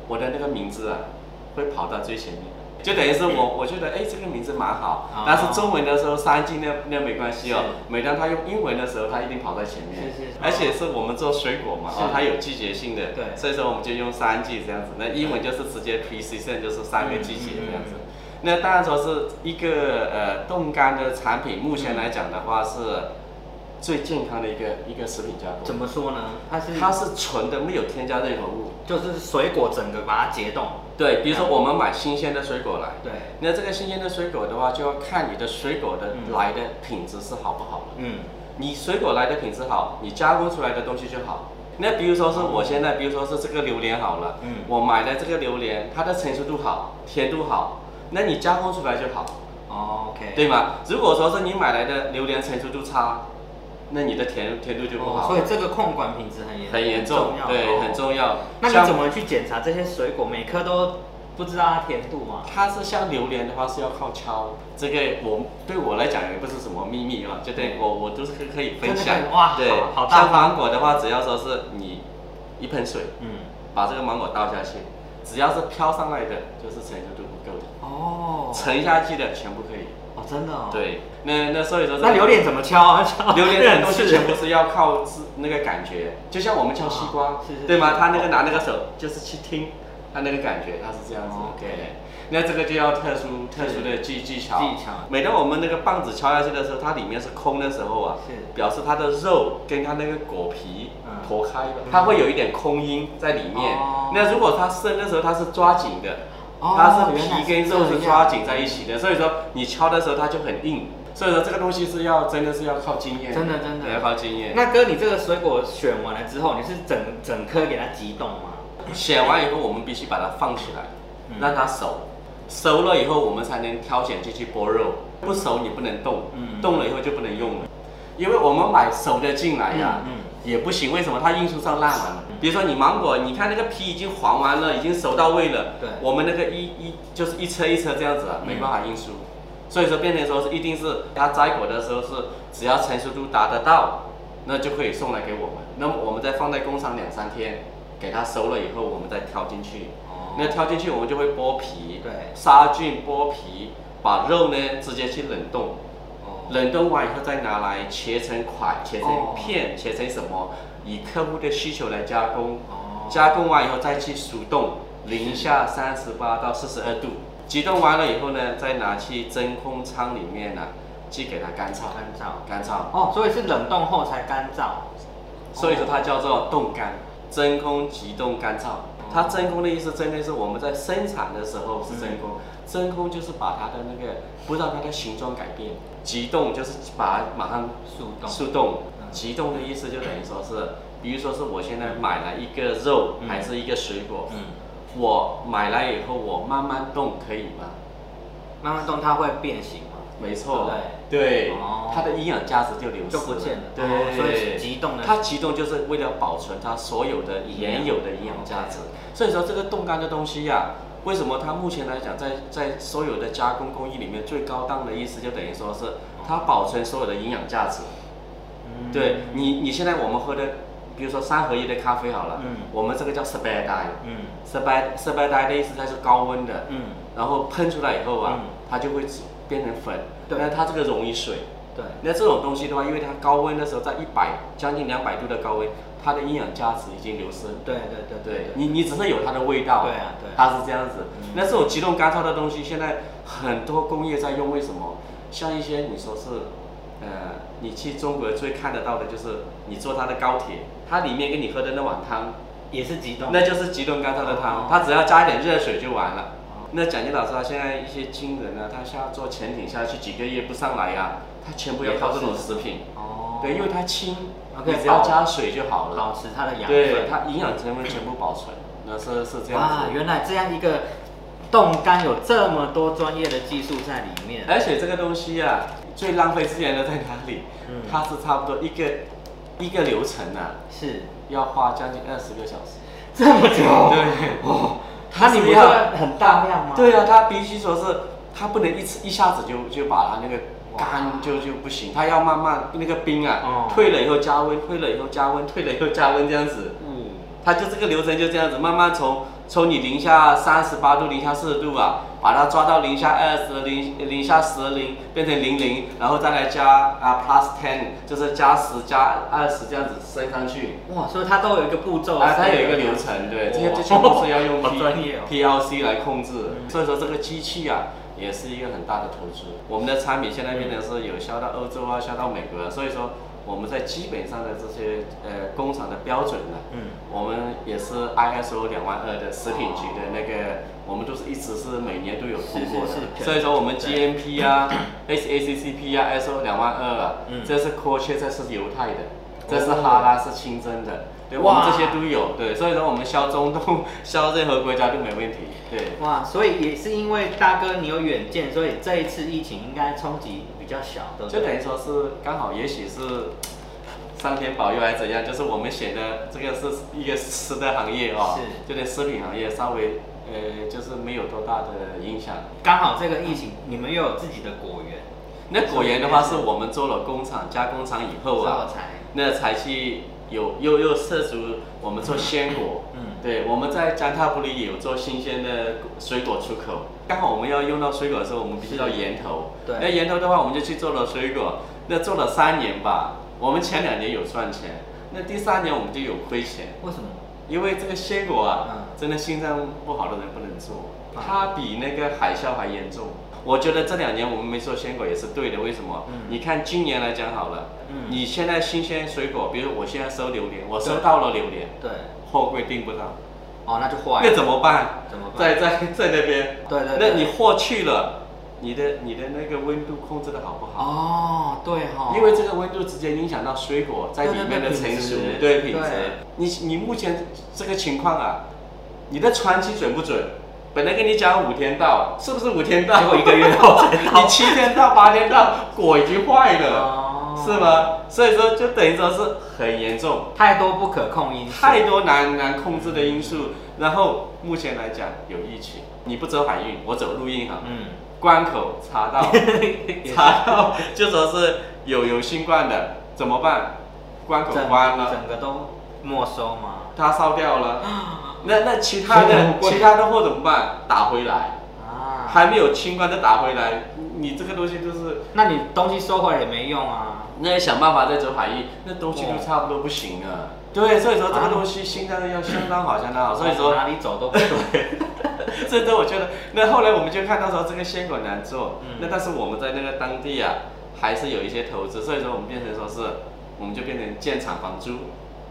[SPEAKER 3] 我的那个名字啊，会跑到最前面。就等于是我，我觉得哎，这个名字蛮好
[SPEAKER 2] 哦，
[SPEAKER 3] 但是中文的时候三季那那没关系哦
[SPEAKER 2] 是。
[SPEAKER 3] 每当他用英文的时候，他一定跑在前面。
[SPEAKER 2] 是是是
[SPEAKER 3] 而且是我们做水果嘛，
[SPEAKER 2] 是
[SPEAKER 3] 哦，它有季节性的，
[SPEAKER 2] 对
[SPEAKER 3] 所以说我们就用三季这样子。那英文就是直接 pre season，就是三个季节这样
[SPEAKER 2] 嗯
[SPEAKER 3] 子
[SPEAKER 2] 嗯嗯。
[SPEAKER 3] 那当然说是一个呃冻干的产品，目前来讲的话是最健康的一个一个食品加
[SPEAKER 2] 怎
[SPEAKER 3] 工，
[SPEAKER 2] 么嗯说呢？它是
[SPEAKER 3] 它是纯的，没有添加任何物。
[SPEAKER 2] 就是水果整个把它解冻，
[SPEAKER 3] 对，比如说我们买新鲜的水果来，
[SPEAKER 2] 对，
[SPEAKER 3] 那这个新鲜的水果的话，就要看你的水果的
[SPEAKER 2] 嗯
[SPEAKER 3] 来的品质是好不好了。
[SPEAKER 2] 嗯，
[SPEAKER 3] 你水果来的品质好，你加工出来的东西就好。那比如说是我现在，比如说是这个榴莲好了，
[SPEAKER 2] 嗯
[SPEAKER 3] 我买的这个榴莲，它的成熟度好，甜度好，那你加工出来就好，
[SPEAKER 2] 哦，OK，
[SPEAKER 3] 对吗？如果说是你买来的榴莲成熟度差，那你的甜甜度就不
[SPEAKER 2] 哦，
[SPEAKER 3] 好，
[SPEAKER 2] 所以这个控管品质很严
[SPEAKER 3] 很严重
[SPEAKER 2] 重，要，
[SPEAKER 3] 对，
[SPEAKER 2] 哦
[SPEAKER 3] 很。重要。
[SPEAKER 2] 那
[SPEAKER 3] 像
[SPEAKER 2] 你怎么去检查这些水果？每颗都不知道它甜度吗？
[SPEAKER 3] 它是像榴莲的话是要靠敲，这个我对我来讲也不是什么秘密啊，就对我我都是可可以分
[SPEAKER 2] 真的
[SPEAKER 3] 享。
[SPEAKER 2] 哇
[SPEAKER 3] 对
[SPEAKER 2] 好好，大
[SPEAKER 3] 像
[SPEAKER 2] 方
[SPEAKER 3] 芒果的话，只要说是你一盆水
[SPEAKER 2] 嗯，
[SPEAKER 3] 把这个芒果倒下去，只要是飘上来的，就是成熟度不够的，
[SPEAKER 2] 哦，
[SPEAKER 3] 沉下去的全部可以。
[SPEAKER 2] 哦，真的哦。。
[SPEAKER 3] 对，那那所以说是
[SPEAKER 2] 那榴莲怎么敲啊？ 敲
[SPEAKER 3] 榴莲这种东西
[SPEAKER 2] 是
[SPEAKER 3] 全部是要靠自那个感觉，就像我们敲西瓜
[SPEAKER 2] 啊，是是
[SPEAKER 3] 对吗？
[SPEAKER 2] 是
[SPEAKER 3] 他那个拿那个手就是去听，他那个感觉他是这样子
[SPEAKER 2] 哦。
[SPEAKER 3] 对那这个就要特殊特殊的技技巧。
[SPEAKER 2] 技巧
[SPEAKER 3] 每当我们那个棒子敲下去的时候，它里面是空的时候啊，
[SPEAKER 2] 是
[SPEAKER 3] 表 示它的肉跟它那个果皮
[SPEAKER 2] 嗯
[SPEAKER 3] 剖开了，它会有一点空音在里面
[SPEAKER 2] 哦。
[SPEAKER 3] 那如果它生的时候它是抓紧的，
[SPEAKER 2] 哦
[SPEAKER 3] 它是
[SPEAKER 2] 原来
[SPEAKER 3] 皮
[SPEAKER 2] 是
[SPEAKER 3] 跟肉
[SPEAKER 2] 这样
[SPEAKER 3] 是抓紧在一起的，所以说你敲的时候它就很硬。所以说这个东西是要真的是要靠经验，
[SPEAKER 2] 真的真的
[SPEAKER 3] 对要靠经验。那
[SPEAKER 2] 那哥，你这个水果选完了之后，你是整整颗给它急冻吗？
[SPEAKER 3] 选完以后，我们必须把它放起来，
[SPEAKER 2] 嗯
[SPEAKER 3] 让它熟。熟了以后，我们才能挑选进去剥肉。不熟你不能动，
[SPEAKER 2] 嗯
[SPEAKER 3] 动了以后就不能用了。因为我们买熟的进来呀、
[SPEAKER 2] 嗯
[SPEAKER 3] 也不行。为什么？它运输上烂完了。比如说你芒果，你看那个皮已经黄完了，已经熟到位了。
[SPEAKER 2] 对
[SPEAKER 3] 我们那个一一就是一车一车这样子啊，
[SPEAKER 2] 嗯
[SPEAKER 3] 没办法运输。所以说变成说是一定是它摘果的时候是只要成熟度达得到，那就可以送来给我们。那么我们再放在工厂两三天，给它熟了以后，我们再挑进去。
[SPEAKER 2] 哦
[SPEAKER 3] 那挑进去我们就会剥皮，
[SPEAKER 2] 对
[SPEAKER 3] 杀菌剥皮，把肉呢直接去冷冻。
[SPEAKER 2] 哦
[SPEAKER 3] 冷冻完以后再拿来切成块、切成
[SPEAKER 2] 哦
[SPEAKER 3] 片、切成什么，以客户的需求来加工。
[SPEAKER 2] 哦
[SPEAKER 3] 加工完以后再去熟冻，零下三十八到四十二度。急冻完了以后呢，再拿去真空仓里面呢、去给它干燥。
[SPEAKER 2] 干燥
[SPEAKER 3] 干燥，
[SPEAKER 2] 哦，所以是冷冻后才干燥。
[SPEAKER 3] 所以说它叫做冻干，真空急冻干燥。它真空的意思，真的是我们在生产的时候是真空，真空就是把它的那个不让它的形状改变，急冻就是把它马上
[SPEAKER 2] 速冻
[SPEAKER 3] 速冻
[SPEAKER 2] 嗯，
[SPEAKER 3] 急冻的意思就等于说是，比如说是我现在买了一个肉
[SPEAKER 2] 嗯
[SPEAKER 3] 还是一个水果，
[SPEAKER 2] 嗯，
[SPEAKER 3] 我买来以后我慢慢冻可以吗？
[SPEAKER 2] 慢慢冻它会变形吗？
[SPEAKER 3] 没错，
[SPEAKER 2] 对
[SPEAKER 3] 对
[SPEAKER 2] 哦，
[SPEAKER 3] 它的营养价值就流失
[SPEAKER 2] 就不见了
[SPEAKER 3] 对
[SPEAKER 2] 哦，所以是急冻的
[SPEAKER 3] 它急冻就是为了保存它所有的原有的营养价值，所以说这个冻干的东西呀、为什么它目前来讲在在所有的加工工艺里面最高档的意思，就等于说是它保存所有的营养价值。
[SPEAKER 2] 嗯
[SPEAKER 3] 对你，你现在我们喝的，比如说三合一的咖啡好了，
[SPEAKER 2] 嗯
[SPEAKER 3] 我们这个叫 s p e d i
[SPEAKER 2] 嗯
[SPEAKER 3] s p e s p e d i 的意思它是高温的，
[SPEAKER 2] 嗯，
[SPEAKER 3] 然后喷出来以后啊，
[SPEAKER 2] 嗯
[SPEAKER 3] 它就会变成粉，
[SPEAKER 2] 对
[SPEAKER 3] 那它这个溶于水。
[SPEAKER 2] 对，
[SPEAKER 3] 那这种东西的话，因为它高温的时候在一百将近两百度的高温，它的营养价值已经流失了。
[SPEAKER 2] 对对对
[SPEAKER 3] 对
[SPEAKER 2] 对，
[SPEAKER 3] 你，你只是有它的味道，
[SPEAKER 2] 对啊对啊
[SPEAKER 3] 它是这样子。
[SPEAKER 2] 嗯
[SPEAKER 3] 那这种急冻干燥的东西，现在很多工业在用，为什么？像一些你说是，呃，你去中国最看得到的就是你坐它的高铁，它里面给你喝的那碗汤，
[SPEAKER 2] 也是急冻。
[SPEAKER 3] 那就是急冻干燥的汤
[SPEAKER 2] 哦，
[SPEAKER 3] 它只要加一点热水就完了
[SPEAKER 2] 哦。
[SPEAKER 3] 那蒋介老师他现在一些军人啊呢，他下做潜艇下去几个月不上来呀、他全部要靠这种食品。
[SPEAKER 2] 哦，
[SPEAKER 3] 对，因为它轻，
[SPEAKER 2] 它可
[SPEAKER 3] 你
[SPEAKER 2] 以
[SPEAKER 3] 只要
[SPEAKER 2] 保
[SPEAKER 3] 加水就好了。
[SPEAKER 2] 保持它的养分。
[SPEAKER 3] 对，它营养成分全部保存，那是是这样
[SPEAKER 2] 啊，
[SPEAKER 3] 子。
[SPEAKER 2] 原来这样一个冻干有这么多专业的技术在里面。
[SPEAKER 3] 而且这个东西啊，最浪费资源的在哪里？
[SPEAKER 2] 嗯
[SPEAKER 3] 它是差不多一个一个流程啊，
[SPEAKER 2] 是
[SPEAKER 3] 要花将近二十个小时。
[SPEAKER 2] 这么久，
[SPEAKER 3] 对
[SPEAKER 2] 哦，
[SPEAKER 3] 它
[SPEAKER 2] 那你
[SPEAKER 3] 是
[SPEAKER 2] 不是
[SPEAKER 3] 要
[SPEAKER 2] 很大量吗？
[SPEAKER 3] 对啊，它必须说是，它不能一次一下子就就把它那个
[SPEAKER 2] 哇
[SPEAKER 3] 干就就不行，它要慢慢那个冰啊、
[SPEAKER 2] 哦
[SPEAKER 3] 退了以后加温，退了以后加温，退了以后加温这样子。
[SPEAKER 2] 嗯，
[SPEAKER 3] 它就这个流程就这样子，慢慢从从你零下三十八度、零下四十度啊，把它抓到零下二十、零零下十零，变成零零，然后再来加啊 plus ten，就是加十加二十这样子升上去。
[SPEAKER 2] 哇，所以它都有一个步骤，
[SPEAKER 3] 啊，它有一个流程，对，这些这些都是要用 P
[SPEAKER 2] 好专业哦
[SPEAKER 3] PLC 来控制，
[SPEAKER 2] 嗯
[SPEAKER 3] 所以说这个机器啊。也是一个很大的投资。我们的产品现在变成是有销到欧洲啊，销到美国啊，所以说我们在基本上的这些呃工厂的标准呢、
[SPEAKER 2] 嗯，
[SPEAKER 3] 我们也是 ISO 两万二的食品局的那个，我们都是一直是每年都有通过的，
[SPEAKER 2] 是是是
[SPEAKER 3] 所以说我们 GMP 啊、HACCP 啊、ISO 两万二啊，
[SPEAKER 2] 嗯哦
[SPEAKER 3] 这是 c o c h 这是犹太的，这是哈拉是清真的，对，我们
[SPEAKER 2] 哇
[SPEAKER 3] 这些都有，对，所以说我们销中东、 销任何国家都没问题，对。
[SPEAKER 2] 哇，所以也是因为大哥你有远见，所以这一次疫情应该冲击比较小，对不
[SPEAKER 3] 就等
[SPEAKER 2] 对？
[SPEAKER 3] 于说是刚好，也许是上天保佑还是怎样，就是我们选的这个是一个吃的行业哦，
[SPEAKER 2] 是
[SPEAKER 3] 就对食品行业稍微呃就是没有多大的影响。
[SPEAKER 2] 刚好这个疫情，你们又有自己的果园，
[SPEAKER 3] 那果园的话，是我们做了工厂加工厂以后
[SPEAKER 2] 我
[SPEAKER 3] 啊，
[SPEAKER 2] 才
[SPEAKER 3] 那才去有又又涉足我们做鲜果。
[SPEAKER 2] 嗯
[SPEAKER 3] 对，我们在江大埔里有做新鲜的水果出口，刚好我们要用到水果的时候，我们必须要源头。
[SPEAKER 2] 对
[SPEAKER 3] 那源头的话，我们就去做了水果，那做了三年吧。我们前两年有赚钱，那第三年我们就有亏钱，
[SPEAKER 2] 为什么？
[SPEAKER 3] 因为这个鲜
[SPEAKER 2] 嗯
[SPEAKER 3] 果啊，真的心脏不好的人不能做，
[SPEAKER 2] 啊
[SPEAKER 3] 它比那个海啸还严重。我觉得这两年我们没做鲜果也是对的，为什么？
[SPEAKER 2] 嗯
[SPEAKER 3] 你看今年来讲好了，
[SPEAKER 2] 嗯
[SPEAKER 3] 你现在新鲜水果，比如我现在收榴莲，我收到了榴莲，
[SPEAKER 2] 对，
[SPEAKER 3] 货柜订不到。
[SPEAKER 2] 哦，那就坏
[SPEAKER 3] 那
[SPEAKER 2] 了，
[SPEAKER 3] 怎么办？
[SPEAKER 2] 怎么办
[SPEAKER 3] 在在在那边，
[SPEAKER 2] 对对对
[SPEAKER 3] 那你货去了，你的你的那个温度控制的好不好？
[SPEAKER 2] 哦，对哈、哦，
[SPEAKER 3] 因为这个温度直接影响到水果在里面的成熟，
[SPEAKER 2] 对对对
[SPEAKER 3] 对
[SPEAKER 2] 品质
[SPEAKER 3] 品质
[SPEAKER 2] 对。
[SPEAKER 3] 你你目前这个情况啊，你的船期准不准？本来跟你讲五天到，是不是五天到？
[SPEAKER 2] 结果一个月后才到
[SPEAKER 3] 你七天到八天到，果已经坏了，
[SPEAKER 2] 哦
[SPEAKER 3] 是？吗？所以说就等于说是很严重。
[SPEAKER 2] 太多不可控因素，
[SPEAKER 3] 太多难难控制的因素。然后目前来讲有疫情，你不走海运，我走陆运哈，
[SPEAKER 2] 嗯，
[SPEAKER 3] 关口查 到查到就说是有有新冠的怎么办？关口
[SPEAKER 2] 整
[SPEAKER 3] 关了，
[SPEAKER 2] 整个都没收嘛。
[SPEAKER 3] 它烧掉 了。那那其他的
[SPEAKER 2] 关
[SPEAKER 3] 其他的货怎么办？打回来，
[SPEAKER 2] 啊，
[SPEAKER 3] 还没有清关的打回来，你这个东西就是
[SPEAKER 2] 那你东西收回来也没用啊。
[SPEAKER 3] 那要想办法再走海运，那东西
[SPEAKER 2] 哦
[SPEAKER 3] 都差不多不行了。对，所以说这
[SPEAKER 2] 啊
[SPEAKER 3] 个东西心脏要相当好，相当好。啊所以说
[SPEAKER 2] 往哪里走都不 对。
[SPEAKER 3] 这都我觉得，那后来我们就看到说这个鲜果难做，
[SPEAKER 2] 嗯
[SPEAKER 3] 那但是我们在那个当地啊，还是有一些投资，所以说我们变成说是，我们就变成建厂房租，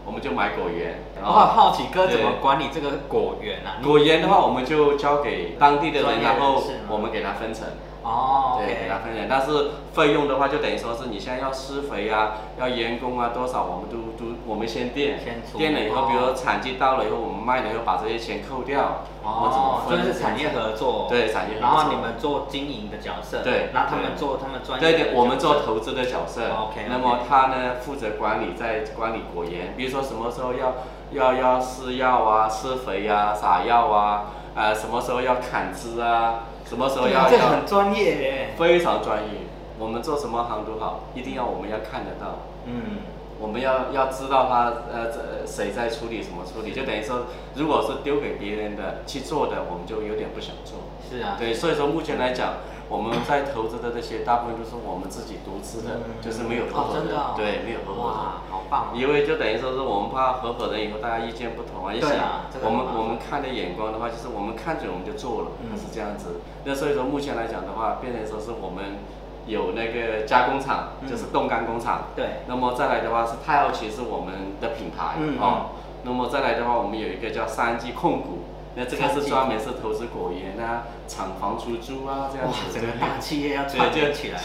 [SPEAKER 3] 我们就买果园，然
[SPEAKER 2] 我很
[SPEAKER 3] 后
[SPEAKER 2] 哦好奇哥怎么
[SPEAKER 3] 对
[SPEAKER 2] 管理这个果园啊？你
[SPEAKER 3] 果园的话我们就交给当地的
[SPEAKER 2] 专
[SPEAKER 3] 人，
[SPEAKER 2] 业人士
[SPEAKER 3] 然后
[SPEAKER 2] 吗
[SPEAKER 3] 我们给他分成，
[SPEAKER 2] 哦
[SPEAKER 3] 对，给他分成，但是费用的话就等于说是你现在要施肥啊，要员工啊多少我们都都我们先垫
[SPEAKER 2] 先出，
[SPEAKER 3] 垫了以后，
[SPEAKER 2] 哦
[SPEAKER 3] 比如说产季到了以后我们卖了以后把这些钱扣掉，我们怎么
[SPEAKER 2] 哦，
[SPEAKER 3] 分
[SPEAKER 2] 真的是产业合作。
[SPEAKER 3] 对产业合作
[SPEAKER 2] 然后你们做经营的角色，
[SPEAKER 3] 对
[SPEAKER 2] 然后他们
[SPEAKER 3] 对
[SPEAKER 2] 做他们专业
[SPEAKER 3] 对
[SPEAKER 2] 的角色。
[SPEAKER 3] 对，我们做投资的角色。
[SPEAKER 2] OK，OK
[SPEAKER 3] 那么他呢，负责管理在管理果园，比如说什么时候要要要施药啊、施肥啊、撒药啊，呃，什么时候要砍枝啊，什么时候
[SPEAKER 2] 对
[SPEAKER 3] 要
[SPEAKER 2] 啊，这
[SPEAKER 3] 要
[SPEAKER 2] 很专业耶。
[SPEAKER 3] 非常专业。我们做什么行都好，一定要我们要看得到，
[SPEAKER 2] 嗯，
[SPEAKER 3] 我们要要知道他呃这谁在处理什么处理，就等于说，如果是丢给别人的去做的，我们就有点不想做。
[SPEAKER 2] 是啊，
[SPEAKER 3] 对，所以说目前来讲，我们在投资的这些大部分都是我们自己独资的，
[SPEAKER 2] 嗯
[SPEAKER 3] 就是没有合
[SPEAKER 2] 哦
[SPEAKER 3] 伙
[SPEAKER 2] 真的
[SPEAKER 3] 人，
[SPEAKER 2] 哦
[SPEAKER 3] 对，没有合
[SPEAKER 2] 哇
[SPEAKER 3] 伙人。，
[SPEAKER 2] 好棒哦。
[SPEAKER 3] 因为就等于说是我们怕合伙人以后大家意见不同啊，也许
[SPEAKER 2] 对啊这个
[SPEAKER 3] 我们
[SPEAKER 2] 很麻烦
[SPEAKER 3] 我们看的眼光的话，就是我们看准我们就做了，
[SPEAKER 2] 嗯
[SPEAKER 3] 是这样子。那所以说目前来讲的话，变成说是我们有那个加工厂，
[SPEAKER 2] 嗯
[SPEAKER 3] 就是冻干工厂，
[SPEAKER 2] 对，
[SPEAKER 3] 那么再来的话是太奥奇是我们的品牌、
[SPEAKER 2] 嗯
[SPEAKER 3] 哦，那么再来的话我们有一个叫三季控股，那这个
[SPEAKER 2] 三
[SPEAKER 3] 是
[SPEAKER 2] 季
[SPEAKER 3] 专门是投资果园啊、厂房出租啊这样
[SPEAKER 2] 哇，
[SPEAKER 3] 子。
[SPEAKER 2] 整个大企业要串
[SPEAKER 3] 对，
[SPEAKER 2] 联
[SPEAKER 3] 就
[SPEAKER 2] 起来。，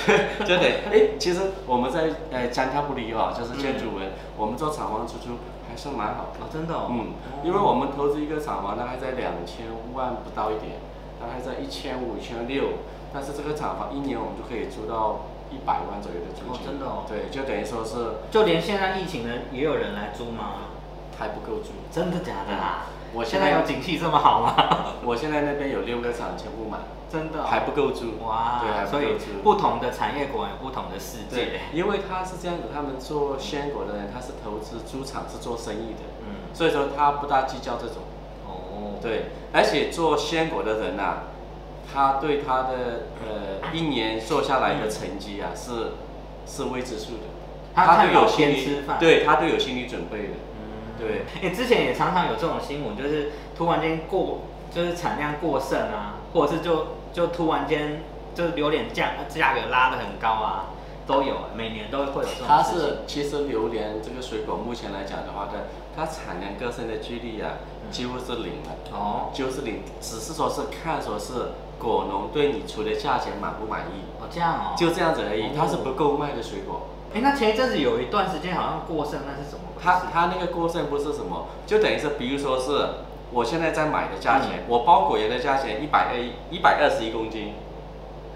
[SPEAKER 3] 就得哎，其实我们在呃江滩布里哦，就是建筑文，我们做厂房出租还算蛮好
[SPEAKER 2] 哦
[SPEAKER 3] 的，，
[SPEAKER 2] 真的嗯哦。
[SPEAKER 3] 嗯，因为我们投资一个厂房大概在两千万不到一点，大概在一千五、一千六，但是这个厂房一年我们就可以租到一百万左右的租
[SPEAKER 2] 哦
[SPEAKER 3] 金，
[SPEAKER 2] 真的哦
[SPEAKER 3] 对，就等于说是
[SPEAKER 2] 就连现在疫情的也有人来租吗？
[SPEAKER 3] 还不够租。
[SPEAKER 2] 真的假的啦？
[SPEAKER 3] 我
[SPEAKER 2] 现
[SPEAKER 3] 现
[SPEAKER 2] 在
[SPEAKER 3] 在
[SPEAKER 2] 有景气这么好 吗？
[SPEAKER 3] 我现在那边有六个厂全部满，
[SPEAKER 2] 真的哦、
[SPEAKER 3] 还不够租。对，还
[SPEAKER 2] 哇，
[SPEAKER 3] 不
[SPEAKER 2] 所
[SPEAKER 3] 够
[SPEAKER 2] 以
[SPEAKER 3] 租。
[SPEAKER 2] 不同的产业果然有不同的世
[SPEAKER 3] 对
[SPEAKER 2] 界。，
[SPEAKER 3] 因为他是这样子，他们做鲜果的人，他是投资猪场是做生意的，
[SPEAKER 2] 嗯，
[SPEAKER 3] 所以说他不大计较这种。
[SPEAKER 2] 哦，
[SPEAKER 3] 对，而且做鲜果的人呐、啊他对他的呃一年做下来的成绩啊是是未知数的，
[SPEAKER 2] 他
[SPEAKER 3] 都
[SPEAKER 2] 看老
[SPEAKER 3] 有心
[SPEAKER 2] 边
[SPEAKER 3] 理
[SPEAKER 2] 吃饭
[SPEAKER 3] 对他都有心理准备的。
[SPEAKER 2] 嗯
[SPEAKER 3] 对
[SPEAKER 2] 哎、之前也常常有这种新闻，就是突然间过，就是产量过剩啊，或者是就就突然间就是榴莲价价格拉得很高啊，都有，每年都会有这种事情。
[SPEAKER 3] 它是其实榴莲这个水果目前来讲的话呢，它产量各生的几率啊
[SPEAKER 2] 嗯
[SPEAKER 3] 几乎是零了，
[SPEAKER 2] 哦
[SPEAKER 3] 就是零，只是说是看说是果农对你出的价钱满不满意，
[SPEAKER 2] 哦这样哦，
[SPEAKER 3] 就这样子而已
[SPEAKER 2] 哦，
[SPEAKER 3] 它是不够卖的水果。
[SPEAKER 2] 哎、那前一阵子有一段时间好像过剩，那是怎么回事？
[SPEAKER 3] 它它那个过剩不是什么，就等于是比如说是我现在在买的价
[SPEAKER 2] 嗯
[SPEAKER 3] 钱，我包果园的价钱一百二一百二十一公斤，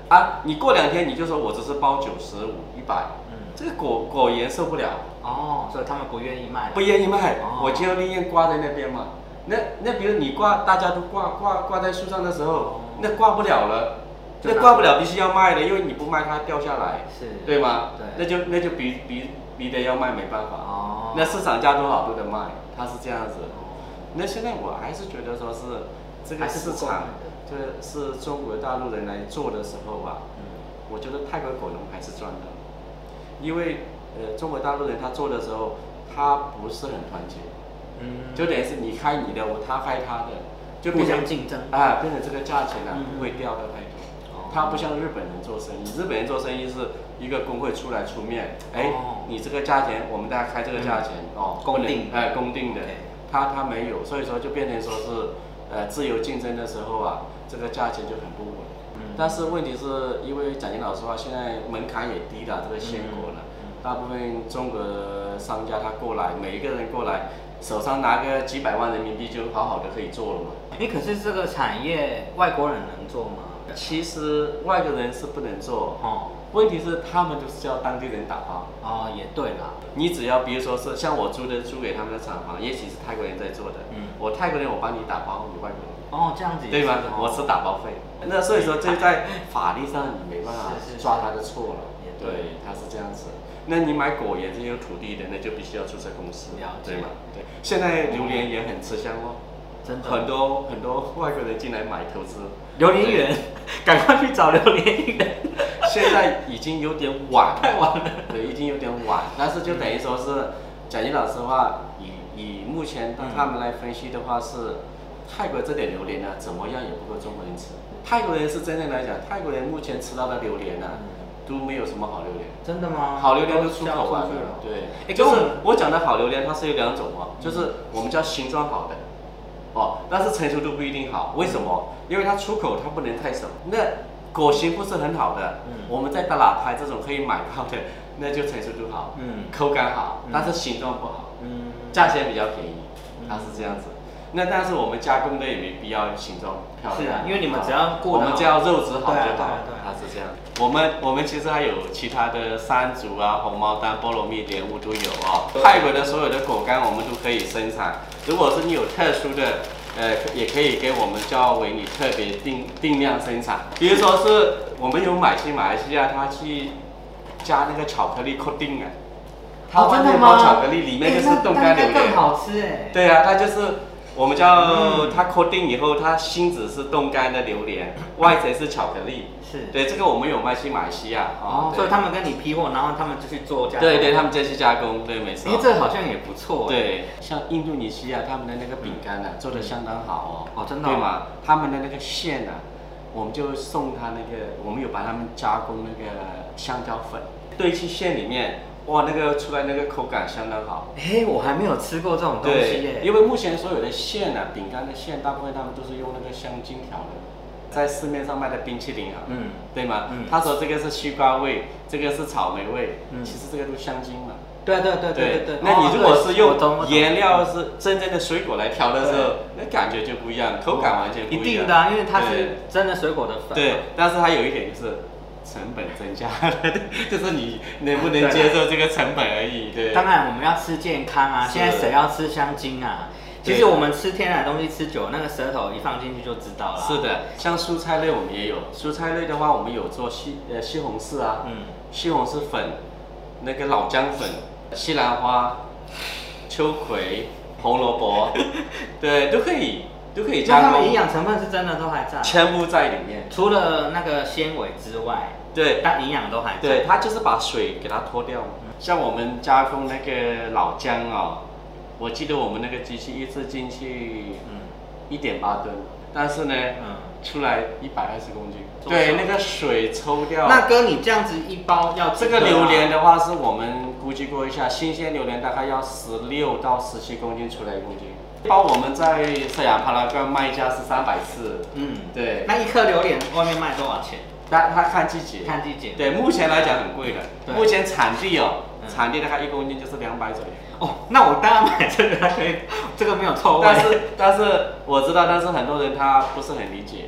[SPEAKER 3] 啊，你过两天你就说我只是包九十五一百，
[SPEAKER 2] 嗯，
[SPEAKER 3] 这个果果园受不了。
[SPEAKER 2] 哦，所以他们不愿意卖了，
[SPEAKER 3] 不愿意卖
[SPEAKER 2] 哦，
[SPEAKER 3] 我就宁愿挂在那边嘛。那那比如你挂，大家都挂挂挂在树上的时候，那挂不了了，
[SPEAKER 2] 就拿
[SPEAKER 3] 那挂不了必须要卖的，因为你不卖它掉下来，
[SPEAKER 2] 是，
[SPEAKER 3] 对吗？
[SPEAKER 2] 对
[SPEAKER 3] 那就那就逼逼逼的要卖，没办法。
[SPEAKER 2] 哦，
[SPEAKER 3] 那市场价多少都得卖，它是这样子。
[SPEAKER 2] 哦
[SPEAKER 3] 那现在我还是觉得说是这个
[SPEAKER 2] 还是
[SPEAKER 3] 市
[SPEAKER 2] 不够
[SPEAKER 3] 场
[SPEAKER 2] 卖的，
[SPEAKER 3] 这是中国大陆人来做的时候啊，
[SPEAKER 2] 嗯，
[SPEAKER 3] 我觉得泰国果农还是赚的，因为呃中国大陆人他做的时候，他不是很团结，
[SPEAKER 2] 嗯
[SPEAKER 3] 就等于是你开你的，我他开他的，就
[SPEAKER 2] 互
[SPEAKER 3] 变
[SPEAKER 2] 相
[SPEAKER 3] 成
[SPEAKER 2] 竞争，
[SPEAKER 3] 啊变成这个价钱啊
[SPEAKER 2] 嗯
[SPEAKER 3] 不会掉的太多。
[SPEAKER 2] 哦
[SPEAKER 3] 他不像日本人做生意，日本人做生意是一个工会出来出面，哎
[SPEAKER 2] 哦，嗯
[SPEAKER 3] 你这个价钱我们大家开这个价钱哦，
[SPEAKER 2] 公
[SPEAKER 3] 不能
[SPEAKER 2] 定
[SPEAKER 3] 哎公定的
[SPEAKER 2] OK，
[SPEAKER 3] 他他没有，所以说就变成说是呃自由竞争的时候啊，这个价钱就很不稳。
[SPEAKER 2] 嗯
[SPEAKER 3] 但是问题是因为讲句老实话，现在门槛也低啊了，这个鲜果了，
[SPEAKER 2] 嗯嗯
[SPEAKER 3] 大部分中国的商家他过来，每一个人过来，手上拿个几百万人民币就好好的可以做了嘛。
[SPEAKER 2] 哎，可是这个产业外国人能做吗？
[SPEAKER 3] 其实外国人是不能做，
[SPEAKER 2] 哦
[SPEAKER 3] 问题是他们就是叫当地人打包。
[SPEAKER 2] 哦，也对啦，
[SPEAKER 3] 你只要比如说是像我租的租给他们的厂房，也许是泰国人在做的，
[SPEAKER 2] 嗯
[SPEAKER 3] 我泰国人我帮你打包，你外国人
[SPEAKER 2] 哦这样子也
[SPEAKER 3] 对吗
[SPEAKER 2] 是？哦
[SPEAKER 3] 我是打包费。那所以说这在法律上你没办法
[SPEAKER 2] 是是是
[SPEAKER 3] 抓他的错了
[SPEAKER 2] 也，对
[SPEAKER 3] 对，他是这样子。那你买果园这些有土地的，那就必须要注册公司
[SPEAKER 2] 了，解
[SPEAKER 3] 对吗？对。现在榴莲也很吃香哦，
[SPEAKER 2] 真的
[SPEAKER 3] 很多很多外国人进来买投资，
[SPEAKER 2] 榴莲园，赶快去找榴莲园，
[SPEAKER 3] 现在已经有点晚了，
[SPEAKER 2] 太晚了。
[SPEAKER 3] 对，已经有点晚，但是就等于说是，讲句老实话，以以目前
[SPEAKER 2] 嗯
[SPEAKER 3] 他们来分析的话是，泰国这点榴莲呢、怎么样也不够中国人吃。泰国人是真正来讲，泰国人目前吃到的榴莲呢、都没有什么好榴莲，
[SPEAKER 2] 真的吗？
[SPEAKER 3] 好榴莲都出
[SPEAKER 2] 销
[SPEAKER 3] 口
[SPEAKER 2] 出
[SPEAKER 3] 完
[SPEAKER 2] 去了
[SPEAKER 3] 了。。对，
[SPEAKER 2] 哎
[SPEAKER 3] 就
[SPEAKER 2] 可
[SPEAKER 3] 是
[SPEAKER 2] 是嗯
[SPEAKER 3] 我讲的好榴莲，它是有两种哦，就是我们叫形状好的。哦，但是成熟度不一定好，为什么？
[SPEAKER 2] 嗯
[SPEAKER 3] 因为它出口它不能太熟，那果形不是很好的，
[SPEAKER 2] 嗯
[SPEAKER 3] 我们在大喇拍这种可以买到的，那就成熟度好，
[SPEAKER 2] 嗯
[SPEAKER 3] 口感好
[SPEAKER 2] 嗯，
[SPEAKER 3] 但是形状不好，
[SPEAKER 2] 嗯，
[SPEAKER 3] 价钱比较便宜，
[SPEAKER 2] 嗯
[SPEAKER 3] 它是这样子。那但是我们加工的也没必要形状漂亮，哦
[SPEAKER 2] 是啊因为你们只要过
[SPEAKER 3] 我
[SPEAKER 2] 得
[SPEAKER 3] 们
[SPEAKER 2] 好
[SPEAKER 3] 只要肉质好
[SPEAKER 2] 对啊
[SPEAKER 3] 就
[SPEAKER 2] 对啊
[SPEAKER 3] 好
[SPEAKER 2] 对啊，
[SPEAKER 3] 它是这样。我们我们其实还有其他的山竹啊、红毛丹、菠萝蜜、莲雾都有哦。泰国的所有的果干我们都可以生产。如果是你有特殊的，呃，也可以给我们教委你特别定定量生产。比如说是我们有买去马来西亚，他去加那个巧克力 c o t i n g 啊，它
[SPEAKER 2] 哦
[SPEAKER 3] 外
[SPEAKER 2] 真的
[SPEAKER 3] 面
[SPEAKER 2] 吗
[SPEAKER 3] 包巧克力，里面就是冻干榴
[SPEAKER 2] 哎那那应该更
[SPEAKER 3] 莲。
[SPEAKER 2] 好吃哎。
[SPEAKER 3] 对啊，它就是我们叫
[SPEAKER 2] 嗯
[SPEAKER 3] 它 coating 以后，它芯子是冻干的榴 莲，外层是巧克力。
[SPEAKER 2] 是。
[SPEAKER 3] 对，这个我们有卖去马来西亚
[SPEAKER 2] 哦，所
[SPEAKER 3] 对
[SPEAKER 2] 以他们跟你批货，然后他们就去做加工。
[SPEAKER 3] 对对，他们再去加工，对，没错
[SPEAKER 2] 哎，。这好像也不错。，
[SPEAKER 3] 对，像印度尼西亚他们的那个饼干呢、做的相当好哦。
[SPEAKER 2] 哦真的哦
[SPEAKER 3] 对嘛？他们的那个馅呢、我们就送他那个，我们有把他们加工那个香蕉粉堆去馅里面，哇，那个出来那个口感相当好。
[SPEAKER 2] 哎，我还没有吃过这种东西耶。
[SPEAKER 3] 对，因为目前所有的馅啊，饼干的馅，大部分他们都是用那个香精调的，在市面上卖的冰淇淋啊，
[SPEAKER 2] 嗯，
[SPEAKER 3] 对吗？
[SPEAKER 2] 嗯
[SPEAKER 3] 他说这个是西瓜味，这个是草莓味，
[SPEAKER 2] 嗯
[SPEAKER 3] 其实这个都香精嘛。
[SPEAKER 2] 对对对对对对。
[SPEAKER 3] 那你如果是用
[SPEAKER 2] 哦对我懂我懂
[SPEAKER 3] 原料是真正的水果来调的时候，那感觉就不一样，口感完全不一
[SPEAKER 2] 一啊
[SPEAKER 3] 样。
[SPEAKER 2] 定的啊，因为它是
[SPEAKER 3] 对
[SPEAKER 2] 真的水果的粉。
[SPEAKER 3] 对，但是它有一点就是，成本增加了， 就是你能不能接受这个成本而已。对，
[SPEAKER 2] 当然我们要吃健康啊，
[SPEAKER 3] 是
[SPEAKER 2] 现在谁要吃香精啊？
[SPEAKER 3] 对
[SPEAKER 2] 其实我们吃天然的东西吃久，了，那个舌头一放进去就知道了。
[SPEAKER 3] 是，的，像蔬菜类我们也有，蔬菜类的话我们有做西呃西红柿啊，
[SPEAKER 2] 嗯，
[SPEAKER 3] 西红柿粉、那个老姜粉、西兰花、秋葵、红萝 卜，对，都可以都可以
[SPEAKER 2] 那
[SPEAKER 3] 加
[SPEAKER 2] 它们
[SPEAKER 3] 工
[SPEAKER 2] 营，养成分是真的都还在，
[SPEAKER 3] 全部在里面。
[SPEAKER 2] 除了那个纤维之外，
[SPEAKER 3] 对，
[SPEAKER 2] 但营养都还在。
[SPEAKER 3] 对，它就是把水给它脱掉嘛。像我们加工那个老姜啊、我记得我们那个机器一次进去
[SPEAKER 2] 嗯
[SPEAKER 3] 一点八吨，但是呢，
[SPEAKER 2] 嗯。
[SPEAKER 3] 出来一百二十公斤。
[SPEAKER 2] 多少
[SPEAKER 3] 对，那个水抽掉。
[SPEAKER 2] 那哥，你这样子一包要几
[SPEAKER 3] 这个
[SPEAKER 2] 颗啊
[SPEAKER 3] 榴莲的话，是我们估计过一下，新鲜榴莲大概要十六到十七公斤出来一公斤，包我们在沈阳帕拉罐卖价是三百四。
[SPEAKER 2] 嗯，
[SPEAKER 3] 对，
[SPEAKER 2] 那一颗榴莲外面卖多少钱？
[SPEAKER 3] 那它看季节。
[SPEAKER 2] 看季节。
[SPEAKER 3] 对，目前来讲很贵的。
[SPEAKER 2] 对
[SPEAKER 3] 目前产地哦，
[SPEAKER 2] 嗯
[SPEAKER 3] 产地大概一公斤就是两百左右。
[SPEAKER 2] 哦，那我当然买这个， 可以，这个没有臭味。
[SPEAKER 3] 但是但是我知道，但是很多人他不是很理解，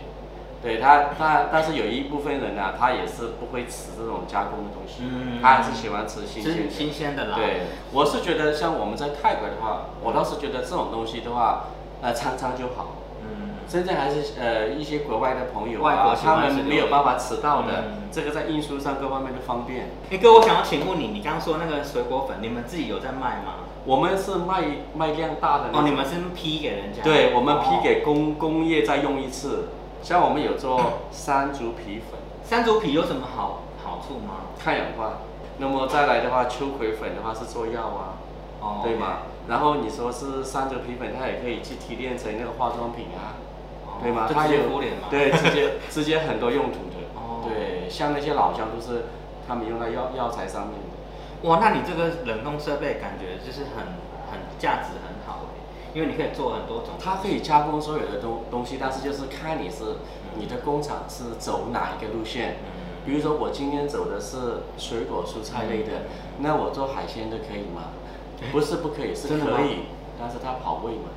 [SPEAKER 3] 对他他但是有一部分人呢、他也是不会吃这种加工的东西，
[SPEAKER 2] 嗯
[SPEAKER 3] 他还是喜欢吃新鲜
[SPEAKER 2] 是新
[SPEAKER 3] 的。
[SPEAKER 2] 鲜的啦。
[SPEAKER 3] 对，我是觉得像我们在泰国的话，我倒是觉得这种东西的话，呃，常常就好。
[SPEAKER 2] 嗯，
[SPEAKER 3] 真正还是呃一些国外的朋友
[SPEAKER 2] 外国
[SPEAKER 3] 啊，
[SPEAKER 2] 喜
[SPEAKER 3] 他
[SPEAKER 2] 欢吃
[SPEAKER 3] 们没有办法吃到的，
[SPEAKER 2] 嗯
[SPEAKER 3] 这个在运输上各方面都方便。
[SPEAKER 2] 哎哥，我想要请问你，你刚刚说那个水果粉，你们自己有在卖吗？
[SPEAKER 3] 我们是卖卖量大的那种
[SPEAKER 2] 哦，你们是批给人家？
[SPEAKER 3] 嗯对，我们批
[SPEAKER 2] 哦
[SPEAKER 3] 给工工业再用一次。像我们有做山竹皮粉，
[SPEAKER 2] 山竹皮有什么好好处吗？
[SPEAKER 3] 抗氧化。那么再来的话，秋葵粉的话是做药啊，
[SPEAKER 2] 哦
[SPEAKER 3] 对吗？？然后你说是山竹皮粉，它也可以去提炼成那个化妆品啊，
[SPEAKER 2] 哦
[SPEAKER 3] 对吗？
[SPEAKER 2] 就
[SPEAKER 3] 它
[SPEAKER 2] 直接
[SPEAKER 3] 有
[SPEAKER 2] 敷脸嘛。，
[SPEAKER 3] 对，直接直接很多用途的。
[SPEAKER 2] 哦
[SPEAKER 3] 对，像那些老姜都是他们用在药药材上面的。
[SPEAKER 2] 哇，那你这个冷冻设备感觉就是很很价值很好哎，因为你可以做很多种。
[SPEAKER 3] 它可以加工所有的东东西，但是就是看你是你的工厂是走哪一个路线。
[SPEAKER 2] 嗯
[SPEAKER 3] 比如说我今天走的是水果蔬菜类的，那我做海鲜的可以吗？不是不可以，是
[SPEAKER 2] 真的吗
[SPEAKER 3] 可以，但是它跑位嘛，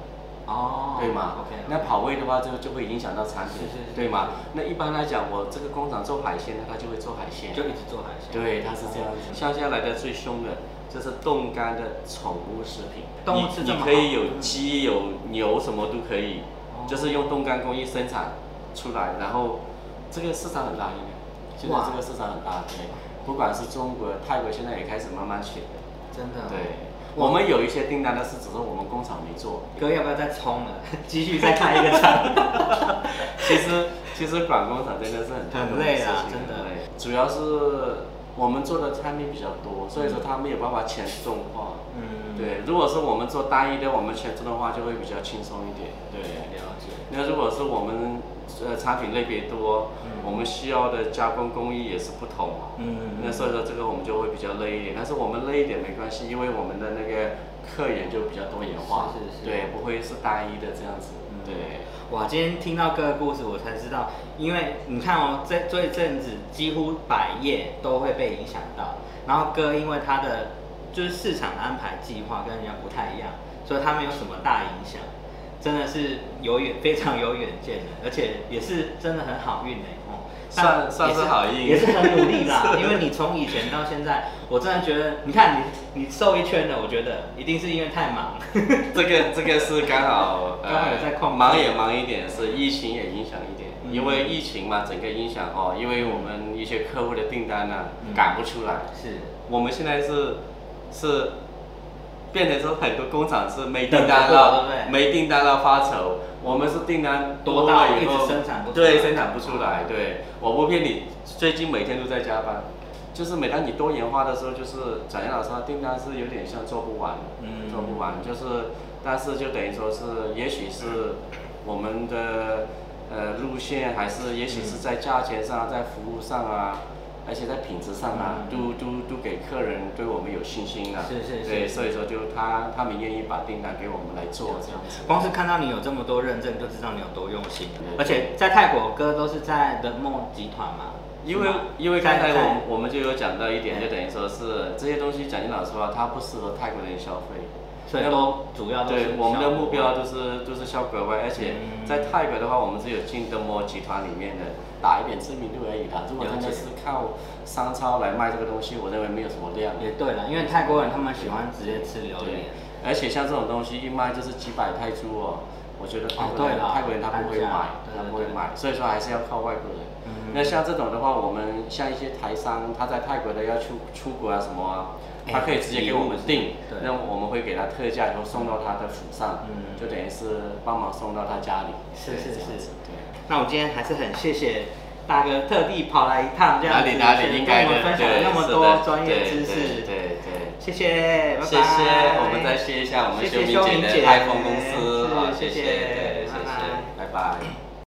[SPEAKER 2] 哦，
[SPEAKER 3] 对吗
[SPEAKER 2] OK，
[SPEAKER 3] 那跑位的话就就会影响到产品，
[SPEAKER 2] 是是是
[SPEAKER 3] 对吗？那一般来讲，我这个工厂做海鲜的，它就会做海鲜，
[SPEAKER 2] 就一直做海哦鲜。
[SPEAKER 3] 对，它是这样子。像现在来的最凶的就是冻干的宠物食品，
[SPEAKER 2] 动物是
[SPEAKER 3] 你
[SPEAKER 2] 这么
[SPEAKER 3] 你
[SPEAKER 2] 好
[SPEAKER 3] 可以有鸡有牛什么都可以
[SPEAKER 2] 哦，
[SPEAKER 3] 就是用冻干工艺生产出来，然后这个市场很大，应该现在
[SPEAKER 2] 哇
[SPEAKER 3] 这个市场很大，对，不管是中国、泰国，现在也开始慢慢学了。
[SPEAKER 2] 真的。哦
[SPEAKER 3] 对，我们有一些订单，但是只是我们工厂没做。
[SPEAKER 2] 哥要不要再冲了？ 继续再开一个厂？
[SPEAKER 3] 其 实其实管工厂真的是很痛苦
[SPEAKER 2] 很累
[SPEAKER 3] 事
[SPEAKER 2] 啊
[SPEAKER 3] 情
[SPEAKER 2] 真的
[SPEAKER 3] 很累主要是我们做的产品比较多，所以说它没有办法全自动化。
[SPEAKER 2] 嗯，
[SPEAKER 3] 对，如果是我们做单一的，我们全自动化就会比较轻松一点。对，
[SPEAKER 2] 了解。
[SPEAKER 3] 那如果是我们呃产品类别多，
[SPEAKER 2] 嗯
[SPEAKER 3] 我们需要的加工工艺也是不同。
[SPEAKER 2] 嗯
[SPEAKER 3] 那所以说这个我们就会比较累一点，但是我们累一点没关系，因为我们的那个客源就比较多元化，
[SPEAKER 2] 是是是
[SPEAKER 3] 对，不会是单一的这样子，
[SPEAKER 2] 嗯
[SPEAKER 3] 对。
[SPEAKER 2] 哇，今天听到各个故事，我才知道，因为你看哦，这这一阵子几乎百业都会被影响到，然后哥因为他的就是市场安排计划跟人家不太一样，所以他没有什么大影响，真的是有远非常有远见的，而且也是真的很好运呢哦。
[SPEAKER 3] 算
[SPEAKER 2] 但
[SPEAKER 3] 算
[SPEAKER 2] 也
[SPEAKER 3] 是好运
[SPEAKER 2] 也是很努力啦。因为你从以前到现在，我真的觉得，你看你你瘦一圈了，我觉得一定是因为太忙。
[SPEAKER 3] 这个这个是刚好呃
[SPEAKER 2] 刚好有在控制
[SPEAKER 3] 忙也忙一点，是疫情也影响一点，
[SPEAKER 2] 嗯
[SPEAKER 3] 因为疫情嘛，整个影响哦，因为我们一些客户的订单呢、啊
[SPEAKER 2] 嗯
[SPEAKER 3] 赶不出来，
[SPEAKER 2] 是，
[SPEAKER 3] 我们现在是是变成说很多工厂是没
[SPEAKER 2] 等
[SPEAKER 3] 订单
[SPEAKER 2] 不到
[SPEAKER 3] 了，
[SPEAKER 2] 对不对
[SPEAKER 3] 没订单了发愁，我们是订单
[SPEAKER 2] 多
[SPEAKER 3] 了
[SPEAKER 2] 到
[SPEAKER 3] 以后
[SPEAKER 2] 一直生产不出来
[SPEAKER 3] 对生产不出来，对，我不骗你，最近每天都在加班。就是每当你多元化的时候，就是展燕老师他订单是有点像做不完，
[SPEAKER 2] 嗯
[SPEAKER 3] 做不完，就是，但是就等于说是，也许是我们的呃路线，还是也许是在价钱上啊，在服务上啊，而且在品质上
[SPEAKER 2] 嗯
[SPEAKER 3] 啊，都都都给客人对我们有信心了、啊，
[SPEAKER 2] 是是是
[SPEAKER 3] 对，所以说就他他们愿意把订单给我们来做这样子，
[SPEAKER 2] 光是看到你有这么多认证，就知道你有多用心了
[SPEAKER 3] 嗯。
[SPEAKER 2] 而且在泰国，哥都是在 The Mo 集团嘛，
[SPEAKER 3] 因为
[SPEAKER 2] 是吗
[SPEAKER 3] 因为刚才
[SPEAKER 2] 在在
[SPEAKER 3] 我我们就有讲到一点，
[SPEAKER 2] 嗯
[SPEAKER 3] 就等于说是这些东西，讲句老实话，它不适合泰国人消费。
[SPEAKER 2] 所以都主要都是
[SPEAKER 3] 对，我们的目
[SPEAKER 2] 效
[SPEAKER 3] 标都
[SPEAKER 2] 果
[SPEAKER 3] 是都是效国外，而且
[SPEAKER 2] 嗯
[SPEAKER 3] 在泰国的话，我们是有进灯魔集团里面的，打一点知名度而已啦。如果
[SPEAKER 2] 了
[SPEAKER 3] 真的
[SPEAKER 2] 解
[SPEAKER 3] 是靠商超来卖这个东西，我认为没有什么量。
[SPEAKER 2] 也对了，因为泰国人他们喜欢直接吃榴
[SPEAKER 3] 对
[SPEAKER 2] 莲，，
[SPEAKER 3] 而且像这种东西一卖就是几百泰铢哦，我觉得泰国
[SPEAKER 2] 哦对
[SPEAKER 3] 人、
[SPEAKER 2] 啦
[SPEAKER 3] 泰国人他不会
[SPEAKER 2] 单价
[SPEAKER 3] 买，
[SPEAKER 2] 对
[SPEAKER 3] 他
[SPEAKER 2] 对
[SPEAKER 3] 不会
[SPEAKER 2] 对
[SPEAKER 3] 买，所以说还是要靠外国人。
[SPEAKER 2] 嗯
[SPEAKER 3] 那像这种的话，我们像一些台商，他在泰国的要出出国啊什么啊，
[SPEAKER 2] 哎
[SPEAKER 3] 他可以直接给我们订
[SPEAKER 2] 对，
[SPEAKER 3] 那我们会给他特价，然后送到他的府上，
[SPEAKER 2] 嗯
[SPEAKER 3] 就等于是帮忙送到他家里。
[SPEAKER 2] 是
[SPEAKER 3] 对
[SPEAKER 2] 是
[SPEAKER 3] 这样
[SPEAKER 2] 是
[SPEAKER 3] 子对。
[SPEAKER 2] 那我今天还是很谢谢大哥特地跑来一趟，这样
[SPEAKER 3] 哪
[SPEAKER 2] 子
[SPEAKER 3] 里哪里应
[SPEAKER 2] 跟
[SPEAKER 3] 该
[SPEAKER 2] 我们
[SPEAKER 3] 的，
[SPEAKER 2] 分享了
[SPEAKER 3] 对，
[SPEAKER 2] 那么
[SPEAKER 3] 是
[SPEAKER 2] 多
[SPEAKER 3] 的
[SPEAKER 2] 专业
[SPEAKER 3] 对
[SPEAKER 2] 知
[SPEAKER 3] 对
[SPEAKER 2] 识，
[SPEAKER 3] 对对。
[SPEAKER 2] 谢谢，拜拜。
[SPEAKER 3] 谢谢，我们再谢一下我们
[SPEAKER 2] 谢谢
[SPEAKER 3] 修明
[SPEAKER 2] 修明姐
[SPEAKER 3] 姐的泰丰公司，好，
[SPEAKER 2] 是
[SPEAKER 3] 谢
[SPEAKER 2] 谢谢
[SPEAKER 3] 谢，对，谢
[SPEAKER 2] 拜
[SPEAKER 3] 谢，拜拜。